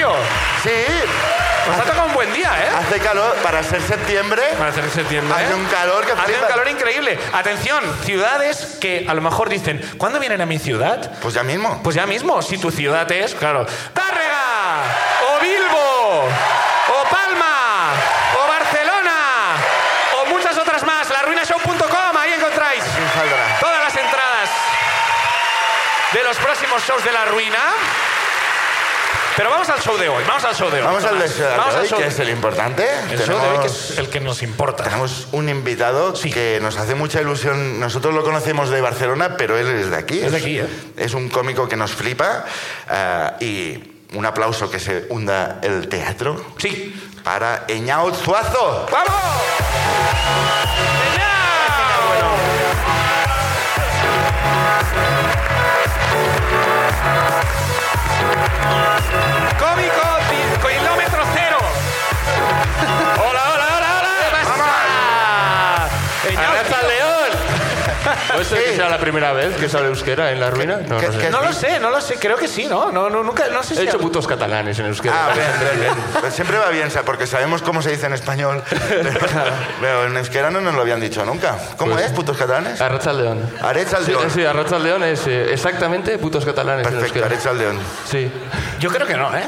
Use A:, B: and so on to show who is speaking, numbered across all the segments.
A: Sí.
B: Nos ha
A: Hace-
B: tocado un buen día, ¿eh?
A: Hace calor para ser septiembre.
B: Para hacer septiembre.
A: Hace
B: ¿eh?
A: un calor que
B: Hace un
A: flipas.
B: calor increíble. Atención, ciudades que a lo mejor dicen, ¿cuándo vienen a mi ciudad?
A: Pues ya mismo.
B: Pues ya mismo, si tu ciudad es, claro, Tárrega, o Bilbo, o Palma, o Barcelona, o muchas otras más. Laruinashow.com, ahí encontráis
A: Sin saldrá.
B: todas las entradas de los próximos shows de La Ruina. Pero vamos al show de hoy, vamos al show de hoy.
A: Vamos al
B: Tomás.
A: deseo de
B: Vamos al
A: hoy,
B: show
A: que
B: de-
A: es el importante.
B: el show de hoy, que es el que nos importa.
A: Tenemos un invitado que nos hace mucha ilusión. Nosotros lo conocemos de Barcelona, pero él es de aquí.
B: Es de aquí, ¿eh?
A: Es un cómico que nos flipa. ah, y un aplauso que se hunda el teatro
B: Sí.
A: para Eñao Zuazo.
B: ¡Vamos! ¡Peñao! Cómico di- kilómetro cero. Hola, hola, hola, hola. ¿Qué pasa? Peñao,
C: ¡Arranca
B: tío.
C: el león! ¿No es que sea la primera vez que sale euskera en la ruina? No,
A: ¿Qué-
C: no
A: qué-
C: sé.
B: No lo sé, no lo sé, creo que sí, ¿no? No, no nunca, no sé si...
C: He hecho putos catalanes en euskera.
A: Ah, bien, bien, bien. Pues siempre va bien, o sea, porque sabemos cómo se dice en español. Pero en euskera no nos lo habían dicho nunca. ¿Cómo
C: Pues-
A: es, putos catalanes?
C: Arracha el león.
A: Aretz al
C: Sí,
A: León.
C: sí, Arracha el león es eh, exactamente putos catalanes en
A: Perfecto,
C: euskera.
A: Aretz al León.
C: Sí.
B: Yo creo que no, ¿eh?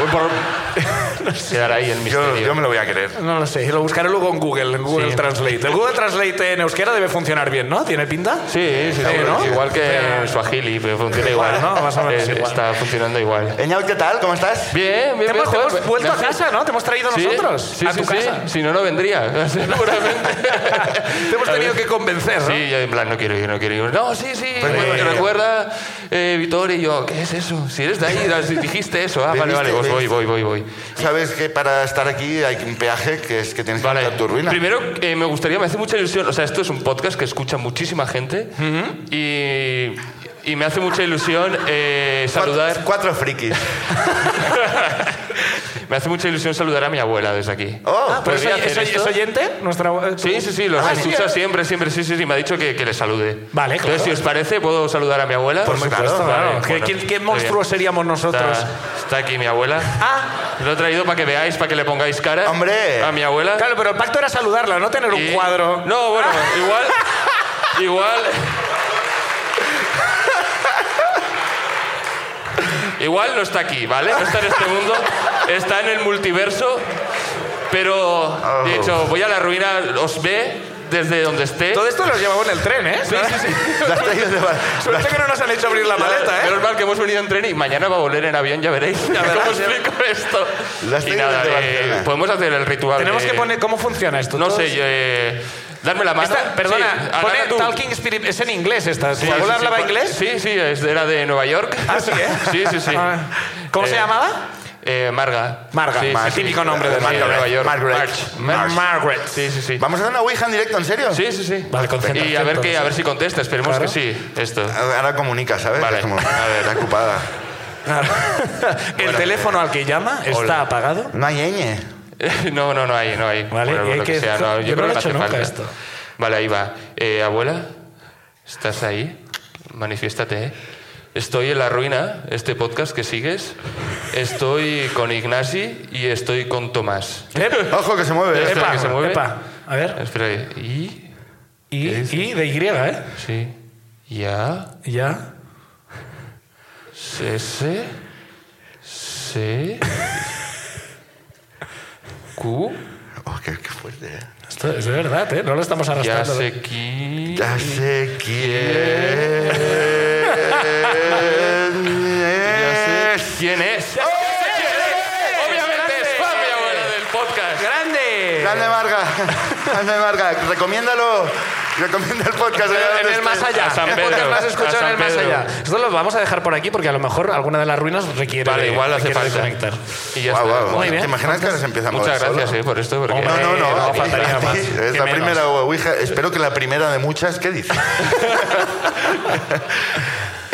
C: Voy por... Quedará ahí el
A: Yo,
C: misterio.
A: yo me lo voy a querer.
B: No lo sé, lo buscaré luego en Google, en Google
C: Sí.
B: Translate. El Google Translate en euskera debe funcionar bien, ¿no? ¿Tiene pinta?
C: Sí, sí, sí,
B: ¿no?
C: Igual que
B: Pero-
C: en Swahili, pero funciona igual.
B: Igual, ¿no? Más o menos
C: Eh,
B: igual.
C: Está funcionando igual.
A: Eñao, ¿qué tal? ¿Cómo estás?
B: Te
C: Bien, bien, bien.
B: hemos, te
C: joder,
B: hemos vuelto a
C: me-
B: casa, ¿no? Te hemos traído
C: Sí,
B: nosotros
C: sí,
B: a
C: sí,
B: tu
C: sí.
B: casa.
C: Si no, no vendría, seguramente.
B: Te hemos tenido que convencer, ¿no?
C: Sí, yo en plan, no quiero ir, no quiero ir. No, sí, sí,
A: Pues
C: me
A: bueno, ya.
C: recuerda eh, Vitor y yo, ¿qué es eso? Si eres de ahí, si dijiste eso. Ah, vale,
A: Viniste,
C: vale, pues voy,
A: viniste.
C: voy, voy, voy.
A: Sabes que para estar aquí hay un peaje que es que tienes que
C: Vale,
A: montar tu ruina.
C: primero eh, me gustaría, me hace mucha ilusión, o sea, esto es un podcast que escucha muchísima gente y, y me hace mucha ilusión eh,
A: Cuatro-
C: saludar,
A: Cuatro frikis.
C: me hace mucha ilusión saludar a mi abuela desde aquí.
A: Oh,
B: Ah, pero
C: ¿Podría
B: es, es-
C: hacer esto?
B: es oyente? Nuestra...
C: Sí, sí, sí, los
B: Ah,
C: escucha
B: sí.
C: siempre, siempre, sí, sí, sí, me ha dicho que, que le salude.
B: Vale,
C: Entonces,
B: claro.
C: si os parece, ¿puedo saludar a mi abuela?
A: Por supuesto,
B: Claro,
C: Vale,
B: ¿qué-
C: bueno,
B: ¿Qué, qué
C: muy
B: monstruos seríamos
C: bien.
B: nosotros?
C: Está, está aquí mi abuela.
B: Ah,
C: Lo he traído para que veáis, para que le pongáis cara.
A: Hombre.
C: A mi abuela.
B: claro, pero el pacto era saludarla, no tener
C: Y-
B: un cuadro.
C: No, bueno, igual. Igual. Igual no está aquí, ¿vale? No está en este mundo. Está en el multiverso. Pero, de hecho, voy a la ruina, os ve desde donde esté.
B: Todo esto lo llevamos en el tren, ¿eh?
C: Sí, sí, sí.
A: Lo has traído de Bar-
B: Suerte que no nos han hecho abrir la maleta, ¿eh?
C: Menos mal que hemos venido en tren y mañana va a volver en avión, ya veréis.
B: verás,
C: ¿Cómo
B: ya
C: explico esto?
A: Lo has
C: Y
A: traído
C: nada,
A: desde
C: eh,
A: Barcelona.
C: podemos hacer el ritual.
B: Tenemos
C: de-
B: que poner... ¿Cómo funciona esto?
C: eh, No
B: Todos-
C: sé, yo, eh, darme la mano.
B: Esta-
C: Sí,
B: perdona,
C: agarra
B: pone
C: tú.
B: Talking Spirit... Es en inglés esta. ¿Tu
C: Sí, sí,
B: abuela
C: sí,
B: hablaba
C: pon-
B: inglés?
C: Sí, sí, es- era de Nueva York.
B: Ah, sí, ¿eh?
C: Sí, sí, sí.
B: Ah, ¿Cómo se
C: Eh,
B: llamaba?
C: Eh, Marga.
B: Marga,
C: Sí,
B: Marga.
C: sí, sí.
B: Típico nombre de
C: Sí,
B: Margaret.
C: Nueva York.
A: Margaret.
C: March.
A: March.
B: Margaret.
C: Sí, sí, sí.
A: Vamos a hacer una Ouija en directo, ¿en serio?
C: Sí, sí, sí.
B: Vale, concentración,
C: Y a ver, que,
B: entonces.
C: a ver si contesta, esperemos
B: Claro.
C: que sí. Esto.
A: Ahora comunica, ¿sabes?
C: Vale.
A: Es como, está ocupada.
B: Claro. El teléfono al que llama está
C: Hola.
B: apagado.
A: No hay ñe.
C: no, no, no hay, no hay.
B: Vale, y hay
C: lo
B: que-
C: sea, no, yo,
B: yo no lo
C: creo que
B: he
C: no
B: hecho
C: hace
B: nunca
C: falta.
B: esto.
C: Vale, ahí va. Eh, abuela, ¿estás ahí? Manifiéstate, ¿eh? Estoy en la ruina, este podcast que sigues. Estoy con Ignasi y estoy con Tomás.
B: Ep.
A: Ojo que se mueve.
C: Epa.
A: ¿eh?
B: Epa,
C: que se mueve.
B: epa. A ver.
C: Espera, ¿y?
B: Y,
C: ¿Qué dice?
B: y de Y, ¿eh?
C: Sí. Ya.
B: Ya.
C: S. C. Q.
A: Oh, qué, qué fuerte. ¿eh?
B: Esto es de verdad, ¿eh? No lo estamos
C: Ya
B: arrastrando.
C: sé qui-
A: Ya sé quién
C: Ya sé
A: es.
C: quién es.
B: ¡Oh,
C: Obviamente es fan mi abuela del podcast.
B: ¡Grande!
A: Grande Marga. Grande Marga. Recomiéndalo. Recomienda el podcast. allá
B: En
A: donde
B: el más
A: estés.
B: allá. ¿eh?
C: A San
B: El podcast
C: Pedro.
B: más
C: A
B: escuchado en
C: San
B: el más
C: Pedro.
B: allá. Esto lo vamos a dejar por aquí porque a lo mejor alguna de las ruinas requiere.
C: Vale, igual hace
B: requiere
C: falta.
B: desconectar.
C: Y ya
A: Guau,
C: está.
A: guau.
B: Muy bien.
A: ¿Te imaginas que ahora se empieza a mover
C: Muchas gracias
A: solo?
C: eh, por esto. Porque...
B: Hombre,
A: No, no, no.
B: No, faltaría
A: a ti.
B: más.
A: Es
B: Qué
A: la
B: menos.
A: primera Ouija. Espero que la primera de muchas. ¿Qué dices?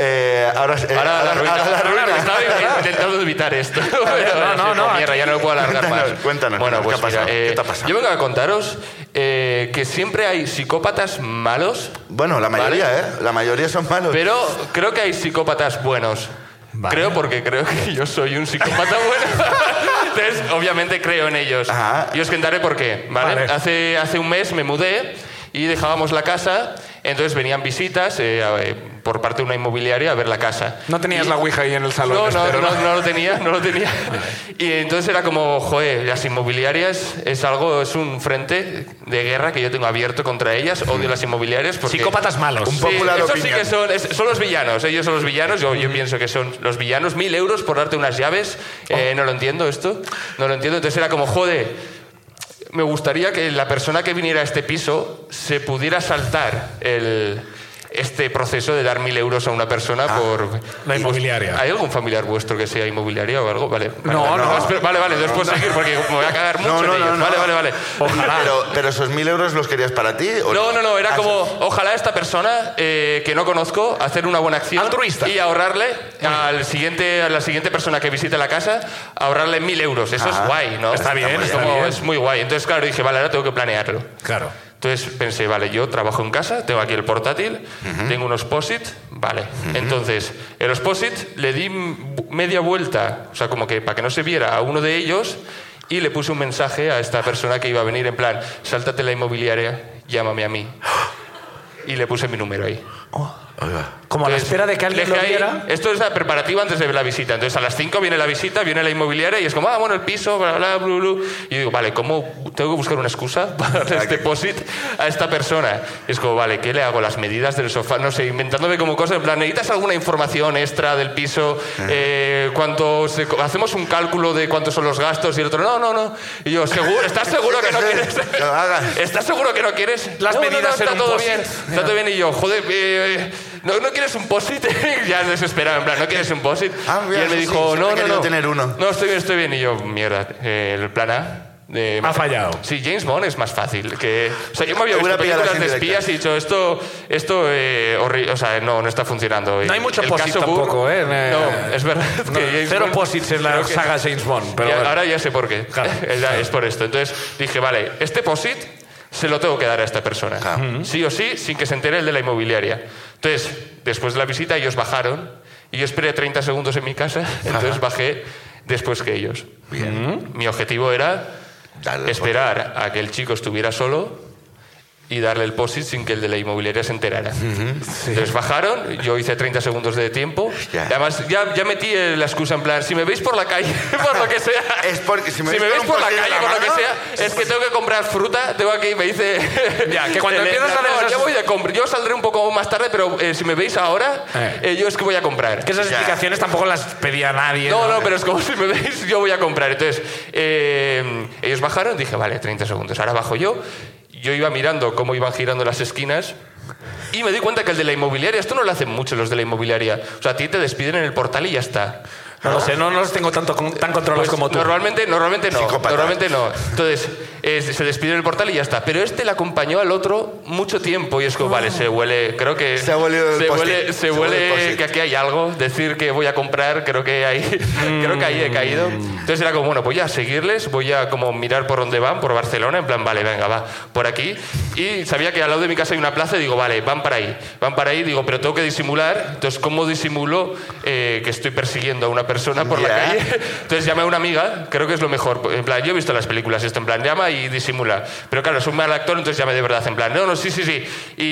A: Eh, ahora, eh,
C: Ahora la ruina.
A: ahora la ruina.
C: Estaba intentando evitar esto. Pero ahora
B: no,
C: sí,
B: no,
C: mierda, ya no lo puedo alargar más.
A: Cuéntanos, cuéntanos,
C: Bueno,
A: ¿qué
C: pues
A: ha pasado?
C: mira, eh,
A: ¿Qué te ha pasado?
C: Yo vengo a contaros eh, que siempre hay psicópatas malos,
A: Bueno, la mayoría, ¿eh? La mayoría son malos.
C: pero creo que hay psicópatas buenos.
B: Vale.
C: Creo porque creo que yo soy un psicópata bueno. Entonces, obviamente creo en ellos.
A: Ajá.
C: Y os contaré por qué. ¿vale?
B: Vale.
C: Hace, hace un mes me mudé y dejábamos la casa. Entonces venían visitas eh, a- eh, por parte de una inmobiliaria a ver la casa.
B: No tenías
C: Y-
B: la Ouija ahí en el salón.
C: no, no,
B: espero,
C: no, no lo tenía, no lo tenía. Y entonces era como, joder, las inmobiliarias es algo, es un frente de guerra que yo tengo abierto contra ellas. Odio las inmobiliarias porque...
B: Hmm. Psicópatas malos.
A: Un popular
C: sí, esos
A: opinion.
C: sí que son, es- son los villanos, ellos son los villanos, yo, yo pienso que son los villanos. Mil euros por darte unas llaves, eh, no lo entiendo esto, no lo entiendo. Entonces era como, joder, me gustaría que la persona que viniera a este piso se pudiera saltar el, este proceso de dar mil euros a una persona por...
B: La inmobiliaria.
C: ¿Hay algún familiar vuestro que sea inmobiliaria o algo? Vale. vale,
B: No,
C: vale,
B: no.
C: espera, Vale, vale, entonces puedo seguir porque me voy a cagar mucho
A: No, no,
C: en ellos.
A: no, no.
C: Vale, vale, vale.
A: Pero, pero esos mil euros los querías para ti. ¿o
C: No, no, no, era
A: Ah,
C: como, ojalá esta persona eh, que no conozco hacer una buena acción
B: Altruista.
C: y ahorrarle al siguiente, a la siguiente persona que visite la casa, ahorrarle mil euros. Eso
A: Ah,
C: es guay, ¿no?
B: está bien,
C: es,
B: está
C: como-
B: bien.
C: es muy guay. Entonces, claro, dije, vale, ahora tengo que planearlo.
B: Claro.
C: Entonces pensé, vale, yo trabajo en casa, tengo aquí el portátil, tengo unos posit, vale. Entonces, el posit le di m- media vuelta, o sea, como que para que no se viera a uno de ellos, y le puse un mensaje a esta persona que iba a venir en plan, sáltate la inmobiliaria, llámame a mí. Y le puse mi número ahí.
A: Oiga.
B: Como a la
C: Entonces,
B: espera de que alguien lo
C: dejé ahí-
B: viera.
C: Esto es la preparativa antes de la visita. Entonces a las 5 viene la visita, viene la inmobiliaria y es como, ah, bueno, el piso, bla, bla, bla, bla. Y yo digo, vale, ¿cómo tengo que buscar una excusa para el depósito a esta persona? Y es como, vale, ¿qué le hago? Las medidas del sofá, no sé, inventándome como cosas. En plan, ¿necesitas alguna información extra del piso? Eh, ¿cuánto se co- hacemos un cálculo de cuántos son los gastos y el otro, no, no, no. Y yo, ¿seguro? ¿Estás seguro que no quieres?
A: No lo hagas.
C: ¿Estás seguro que no quieres?
B: Las
C: no, no,
B: medidas
C: no,
B: en
C: está
B: un
C: todo
B: post-it.
C: bien. Está todo bien y yo, joder, eh, eh, ¿no, no quieres un posit? ya desesperado, en plan, ¿no quieres un posit?
A: Ah,
C: y
A: mira,
C: él me
A: sí,
C: dijo,
A: siempre
C: no,
A: he
C: no,
A: querido
C: no.
A: tener uno.
C: No, estoy bien, estoy bien. Y yo, mierda, eh, el plan A... eh,
B: Ha fallado.
C: Sí, James Bond es más fácil que... O sea, yo me había
A: Hubiera
C: visto
A: pillado
C: películas de
A: las indirectas.
C: espías y dicho, esto, esto eh, horri- o sea, no, no está funcionando.
B: No hay mucho
C: El
B: post-it
C: caso Bourne-
B: tampoco, ¿eh? En, eh,
C: No, es verdad que James
B: Cero
C: Bond-
B: posits en la
C: creo que-
B: saga James Bond. Pero
C: y
B: bueno.
C: ahora ya sé por qué.
B: Claro.
C: Es- es por esto. Entonces dije, vale, este POSIT se lo tengo que dar a esta persona.
A: Claro.
C: Sí o sí, sin que se entere el de la inmobiliaria. Entonces, después de la visita, ellos bajaron y yo esperé 30 segundos en mi casa, entonces bajé después que ellos. Mi objetivo era
A: Dale,
C: Este, esperar a que el chico estuviera solo y darle el POSIT sin que el de la inmobiliaria se enterara. Entonces bajaron, yo hice 30 segundos de tiempo.
A: Hostia.
C: Además, ya, ya metí eh, la excusa en plan, si me veis por la calle, por lo que sea...
A: Es porque si me
C: si
A: veis
C: me
A: con un
C: veis por la
A: postre en
C: calle,
A: la
C: por lo que
A: mano,
C: sea, es que tengo que comprar fruta, tengo aquí, me dice...
B: Ya, que cuando
C: Elena,
B: empiezas a ver
C: "No,
B: esas-
C: yo voy de compra, yo saldré un poco más tarde, pero eh, si me veis ahora,
B: Eh.
C: eh, yo es que voy a comprar.
B: Que esas
A: Ya.
B: explicaciones tampoco las pedía nadie.
C: No, no, pero es como si me veis, yo voy a comprar. Entonces, eh, ellos bajaron, dije, vale, 30 segundos, ahora bajo yo. Yo iba mirando cómo iban girando las esquinas y me di cuenta que el de la inmobiliaria, esto no lo hacen mucho los de la inmobiliaria. O sea, a ti te despiden en el portal y ya está.
B: No lo sé, no, no los tengo tanto, con- tan controlados
C: Pues
B: como tú.
C: Normalmente, normalmente no.
A: Psicópata.
C: Normalmente no. Entonces, eh, se despide en el portal y ya está. Pero este le acompañó al otro mucho tiempo y es como, vale, se huele, creo que...
A: Se ha huelido el
C: se
A: post-it.
C: huele, se
A: Se
C: huele
A: huele el post-it.
C: que aquí hay algo. Decir que voy a comprar, creo que ahí, creo que ahí he caído. Entonces era como, bueno, voy a seguirles, voy a como mirar por dónde van, por Barcelona, en plan, vale, venga, va, por aquí. Y sabía que al lado de mi casa hay una plaza y digo, vale, van para ahí, van para ahí, digo, pero tengo que disimular. Entonces, ¿cómo disimulo eh, que estoy persiguiendo a una persona por la
A: Ya.
C: calle? Entonces llama a una amiga, creo que es lo mejor. En plan, yo he visto las películas esto, en plan, llama y disimula. Pero claro, es un mal actor, entonces llama de verdad, en plan, no, no, sí, sí, sí. Y,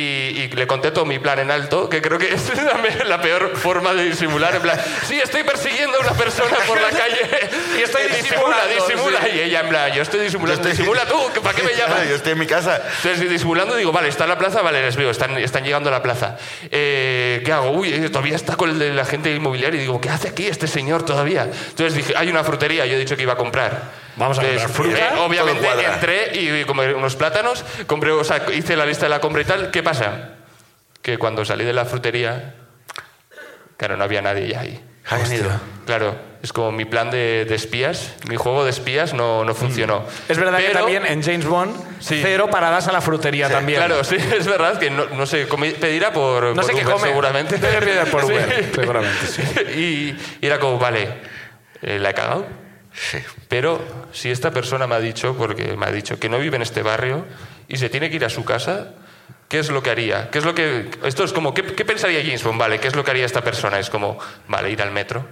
C: y le conté todo mi plan en alto, que creo que es la, me- la peor forma de disimular, en plan, sí, estoy persiguiendo a una persona por la calle y estoy disimula,
B: disimulando,
C: disimula. Y ella, en plan, yo estoy disimulando,
A: estoy-
C: disimula tú, ¿para qué me llamas?
A: Claro, yo estoy en mi casa.
C: Entonces, disimulando, digo, vale, está en la plaza, vale, les veo, están, están llegando a la plaza. Eh, ¿Qué hago? Uy, eh, todavía está con el de la gente inmobiliaria y digo, ¿qué hace aquí este señor todavía? Entonces dije, hay una frutería, yo he dicho que iba a comprar.
B: Vamos a
C: Entonces,
B: comprar fruta.
C: eh, obviamente
A: Todo cuadra.
C: entré y compré unos plátanos, compré, o sea, hice la lista de la compra y tal. ¿Qué pasa? Que cuando salí de la frutería, claro, no había nadie ya ahí.
A: Han ido.
C: Claro, es como mi plan de, de espías, mi juego de espías no,
B: Mm.
C: no funcionó.
B: Es verdad que
C: Pero-
B: también en James Bond,
C: Sí.
B: cero paradas a la frutería también.
C: Claro, sí, es verdad que no, no sé, comi- pedirá por,
B: No
C: por
B: sé qué
C: Uber,
B: come.
C: seguramente.
B: Debe pedir por
C: Sí.
B: Uber, seguramente,
C: Y, y era como, vale, eh, la he cagado. Pero si esta persona me ha dicho, porque me ha dicho que no vive en este barrio y se tiene que ir a su casa, ¿Qué es lo que haría? ¿Qué es lo que... Esto es como, ¿qué, qué pensaría James Bond? Vale, ¿qué es lo que haría esta persona? Es como, vale, ir al metro.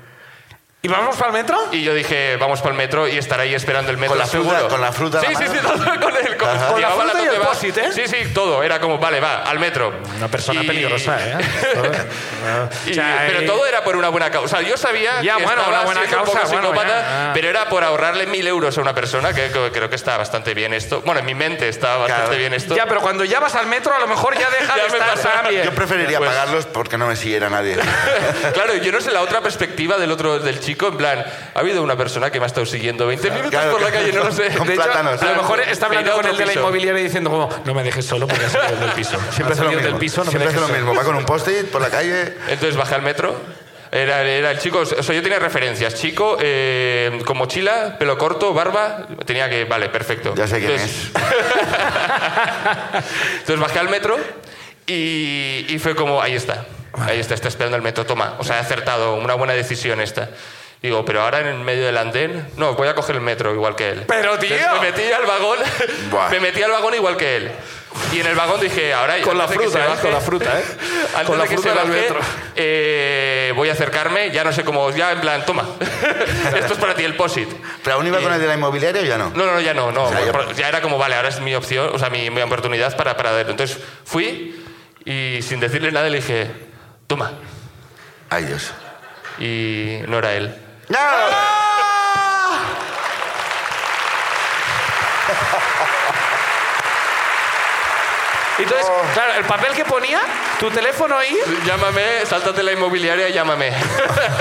B: ¿Y vamos para el metro?
C: Y yo dije, vamos para el metro y estará ahí esperando el metro.
A: Con la fruta-
C: seguro.
A: con la fruta en
C: Sí,
A: la
C: sí, sí,
A: mano.
C: todo con el con,
A: Ajá.
B: Con la
C: llevaba
B: fruta y el
C: tote bag.
B: posit, ¿eh?
C: Sí, sí, todo. Era como, vale, va, al metro.
B: Una persona
C: Y-
B: peligrosa, ¿eh?
C: y-
B: O sea, eh,
C: pero todo era por una buena causa. O sea, yo sabía
B: Ya,
C: que
B: bueno,
C: estaba
B: una buena
C: siendo un
B: causa,
C: poco
B: bueno,
C: psicópata,
B: ya, ah.
C: pero era por ahorrarle mil euros a una persona, que, que creo que está bastante bien esto. Bueno, en mi mente estaba bastante
A: Claro.
C: bien esto.
B: Ya, pero cuando ya vas al metro, a lo mejor ya deja
C: Ya
B: de
C: me
B: estar
C: pasa.
B: Sammy. ¿eh?
A: Yo preferiría
C: Pues-
A: pagarlos porque no me siguiera nadie.
C: claro, yo no sé la otra perspectiva del otro del chico, en plan, ha habido una persona que me ha estado siguiendo 20 minutos
A: Claro,
C: por la
A: claro.
C: calle, no lo sé.
A: Con
B: De hecho,
A: plátanos.
B: a lo mejor está
C: Me iré
B: hablando
C: a
B: con
C: otro
B: el de la
C: piso.
B: inmobiliaria diciendo como, no me dejes solo porque has salido del piso.
A: Siempre
B: Has
A: es lo
B: salido
A: mismo.
B: del piso, no me
A: Siempre es
B: dejes
A: lo
B: solo.
A: mismo. Va con un post-it por la calle.
C: Entonces bajé al metro. Era, era el chico, o sea, yo tenía referencias. Chico, eh, con mochila, pelo corto, barba. Tenía que, vale, perfecto.
A: Ya sé quién
C: Entonces- Entonces bajé al metro y, y fue como, ahí está, ahí está, está esperando el metro, toma. O sea, he acertado, una buena decisión esta. Digo, pero ahora en el medio del andén, no, voy a coger el metro igual que él.
B: Pero, tío.
C: Entonces, me metí al vagón,
A: Buah.
C: me metí al vagón igual que él. Y en el vagón dije, ahora
B: Con la
C: antes de que se
B: fruta, ¿eh?
C: baje-
B: Con la fruta, ¿eh?
C: Antes
B: Con la
C: de que
B: fruta
C: se
B: del
C: baje,
B: metro.
C: eh, voy a acercarme, ya no sé cómo, ya en plan, toma, esto es para ti el POSIT.
A: ¿Pero aún iba con el de la inmobiliaria o ya no?
C: No, no, no, ya no, no.
A: sea, ya-
C: Por- ya era como, vale, ahora es mi opción, o sea, mi, mi oportunidad para, para ver. Entonces fui y sin decirle nada le dije, toma.
A: A ellos.
C: Y no era él.
A: ¡No!
B: Entonces,
A: Oh.
B: claro, el papel que ponía, tu teléfono ahí,
C: Llámame, sáltate la inmobiliaria y llámame.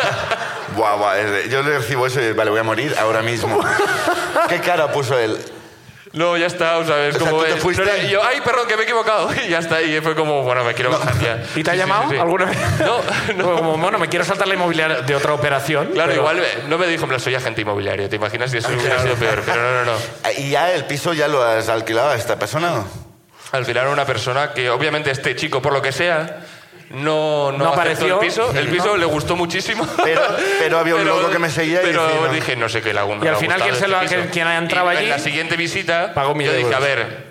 A: Guau, guau. es de- Yo le recibo eso y vale, voy a morir ahora mismo. ¿Qué cara puso él?
C: No, ya está, o sea, es
A: O sea,
C: como...
A: tú te
C: es-
A: fuiste.
C: no era- y yo, ay, perdón, que me he equivocado. Y ya está, y fue como, bueno, me quiero bajar ya.
B: ¿y te ha
C: Sí, sí,
B: llamado
C: sí, sí.
B: alguna vez?
C: No, no.
B: Como, bueno, me quiero saltar la inmobiliaria de otra operación.
C: Claro,
B: pero-
C: igual eh, no me dijo, en plan, soy agente inmobiliario, ¿te imaginas? Y eso hubiera sido peor, pero no, no, no.
A: ¿Y ya el piso ya lo has alquilado a esta persona?
C: Al final era una persona que obviamente este chico, por lo que sea, no, no,
B: No
C: aceptó
B: apareció.
C: el piso. El piso le gustó muchísimo.
A: Pero- pero había un loco que me seguía y
C: Pero
A: decía, no.
C: dije, no sé qué le ha este
B: Y al final, ¿quién se lo- quién- quién ha entrado allí?
C: En la siguiente visita,
B: Pagó mil
C: yo dije,
B: euros.
C: a ver...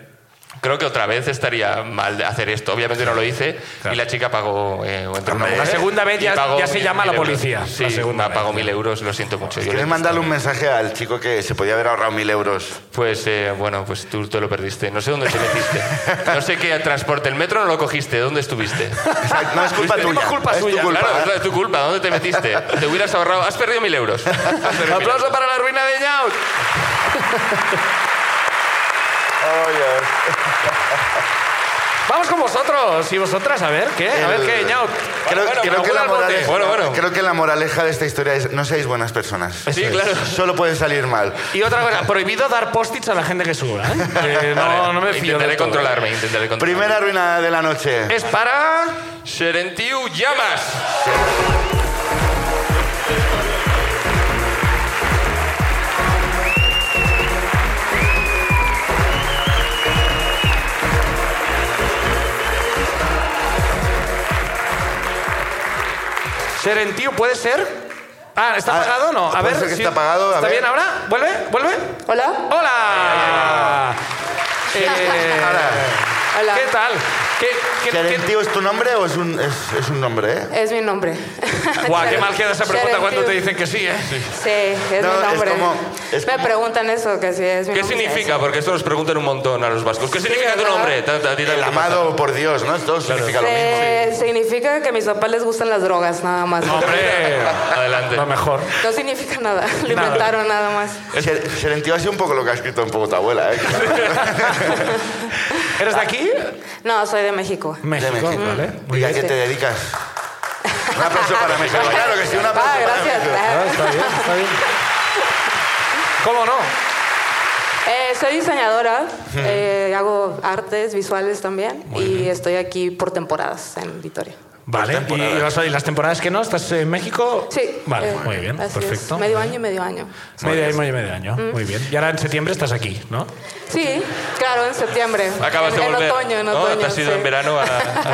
C: Creo que otra vez estaría mal de hacer esto. Obviamente no lo hice y la chica pagó. eh, o entró en una
A: Hombre.
C: mujer
A: La
B: segunda vez
C: y
B: ya-
C: pagó
B: ya se
C: mil-
B: llama a la
C: mil euros.
B: policía,
C: Sí,
B: la segunda
C: me
B: vez.
C: pagó mil euros, lo siento mucho. Yo le-
A: ¿Quieres mandarle un mensaje al chico que se podía haber ahorrado mil euros?
C: Pues eh, bueno, pues tú te lo perdiste. No sé dónde te metiste. No sé qué transporte. El metro no lo cogiste. ¿Dónde estuviste?
A: O sea, no es culpa
B: Tenemos
A: tuya.
B: culpa
A: es
B: suya,
A: tu culpa.
C: Claro, es tu culpa. ¿Dónde te metiste? Te hubieras ahorrado. Has perdido mil euros.
B: ¡Aplauso para la ruina de Ñaut!
A: Oh, Dios.
B: Vamos con vosotros y vosotras, a ver, ¿qué? A ver, ¿qué, Ñaut?
A: Creo,
C: Bueno,
A: creo
C: bueno,
A: que la
C: bueno,
A: moraleja,
C: bueno, bueno.
A: creo que la moraleja de esta historia es no seáis buenas personas.
C: Sí, claro.
A: Solo puede salir mal.
B: Y otra cosa, prohibido dar post-its a la gente que suba, ¿eh? Eh, no, no me fío
C: Intentaré
B: del todo.
C: controlarme. Intentaré controlarme.
A: Primera ruina de la noche.
B: Es para...
C: Serentiu Llamas.
B: Serentío, ¿puede ser? Ah, ¿está
A: Ah,
B: apagado o no? A
A: puede
B: ver.
A: ser que esté apagado, a
B: ¿Está
A: ver.
B: bien ahora? ¿Vuelve? ¿Vuelve?
D: Hola.
B: ¡Hola! Eh,
A: Ahora,
D: Hola.
B: ¿Qué tal? ¿Qué, qué- qué-
A: ¿Serentío es tu nombre o es un, es, es un nombre, eh?
D: Es mi nombre.
B: Guau, qué mal queda esa pregunta cuando te dicen que sí, ¿eh?
D: Sí, es
A: No, es
D: mi nombre.
A: como- es
D: Me
A: como-
D: preguntan eso, que si es mi
C: ¿Qué
D: nombre.
C: significa? Porque esto nos preguntan un montón a los vascos. ¿Qué significa tu
D: ¿verdad?
C: nombre? Ta- ta- a ti
A: El
C: también te
A: amado por Dios, ¿no? Todo significa lo mismo.
D: Se- eh, Significa que a mis papás les gustan las drogas, nada más.
B: Hombre,
C: pasa. Adelante.
B: lo mejor.
D: No significa nada. Lo inventaron nada más.
A: Ser- Serentío ha sido un poco lo que ha escrito un poco tu abuela, ¿eh?
B: ¿Eres de aquí?
D: No, soy de México.
A: De
B: México,
A: México.
B: ¿vale?
A: ¿Y a qué te dedicas? Un aplauso para México. Claro que sí, un aplauso
D: Ah,
A: para
D: gracias.
A: México.
D: Ah,
B: Está bien, está bien. ¿Cómo no?
D: eh, soy diseñadora, eh, hago artes visuales también y estoy aquí por temporadas en Vitoria.
B: Vale, y,
A: temporadas.
B: vas a- y las temporadas que no, ¿estás en México?
D: Sí.
B: Vale,
D: eh,
B: muy bien,
D: así es.
B: perfecto.
D: Medio año y medio año.
B: Medio año, medio, medio año. Muy bien. Y ahora en septiembre estás aquí, ¿no?
D: Sí, claro, en septiembre.
C: Acabas
D: en,
C: de volver.
D: En otoño, en
C: ¿no?
D: otoño.
C: Te has ido
D: sí.
C: en verano a. a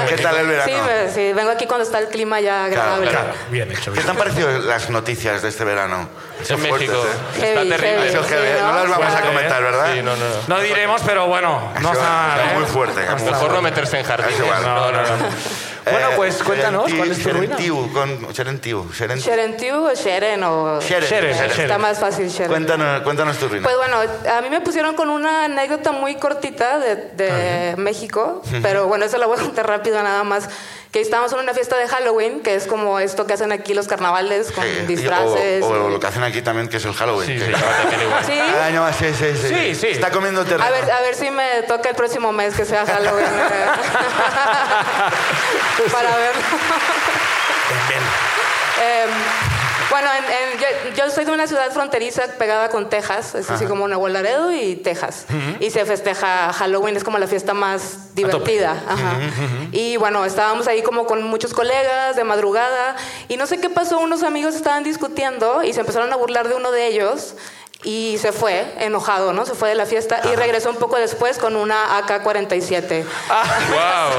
A: ¿Qué
C: México.
A: tal el
D: Sí, pues.
A: verano?
D: me- sí, vengo aquí cuando está el clima ya agradable.
B: Claro, bien hecho.
A: ¿Qué
B: Bien.
A: te han parecido las noticias de este verano? Son
C: En México.
A: fuertes, ¿eh?
C: Está
D: Heavy,
A: Ha
C: terrible.
A: sido
D: Sí,
A: heavy, ¿eh? No
D: ¿no?
A: las vamos a
B: Fuerte,
A: comentar,
B: ¿eh?
A: ¿verdad? Ah,
C: Sí, no, no. no.
B: No diremos, pero bueno, no
A: Ha sido-
B: está
A: ha
B: mal,
A: sido
B: ¿eh?
A: muy fuerte. ha sido muy
C: Mejor
A: fuerte.
C: no meterse en jardines.
A: Es
D: ¿eh?
A: igual.
C: No, no, no.
B: Bueno, pues
A: Eh,
B: cuéntanos,
A: Xerentiu-
B: ¿cuál es tu ruina?
A: Xerentiu, con Xerentiu, Xeren-
D: Xerentiu o Xeren o...
A: Xeren,
B: Xeren,
A: Xeren.
B: Xeren.
D: Está más fácil Xeren.
A: Cuéntanos, cuéntanos tu ruina.
D: Pues bueno, a mí me pusieron con una anécdota muy cortita de, de México, pero bueno, eso la voy a contar rápido nada más. Que estábamos en una fiesta de Halloween, que es como esto que hacen aquí los carnavales con
A: Sí, y- o-
D: disfraces.
A: O,
D: y-
A: lo que hacen aquí también, que es el Halloween.
C: Sí,
A: que-
C: se llama también igual.
D: ¿Sí?
A: Ah, no, sí, sí, sí.
B: Sí, sí.
A: Está comiendo terreno.
D: A ver, ah, a ver si me toca el próximo mes que sea Halloween. eh. Para ver. Em, bueno, en- en- yo, yo soy de una ciudad fronteriza pegada con Texas, es así como Nuevo Laredo y Texas. Y se festeja Halloween, es como la fiesta más divertida. Ajá. Y bueno, estábamos ahí como con muchos colegas de madrugada y no sé qué pasó, unos amigos estaban discutiendo y se empezaron a burlar de uno de ellos. Y se fue enojado, ¿no? Se fue de la fiesta y regresó un poco después con una AK-47.
C: guau.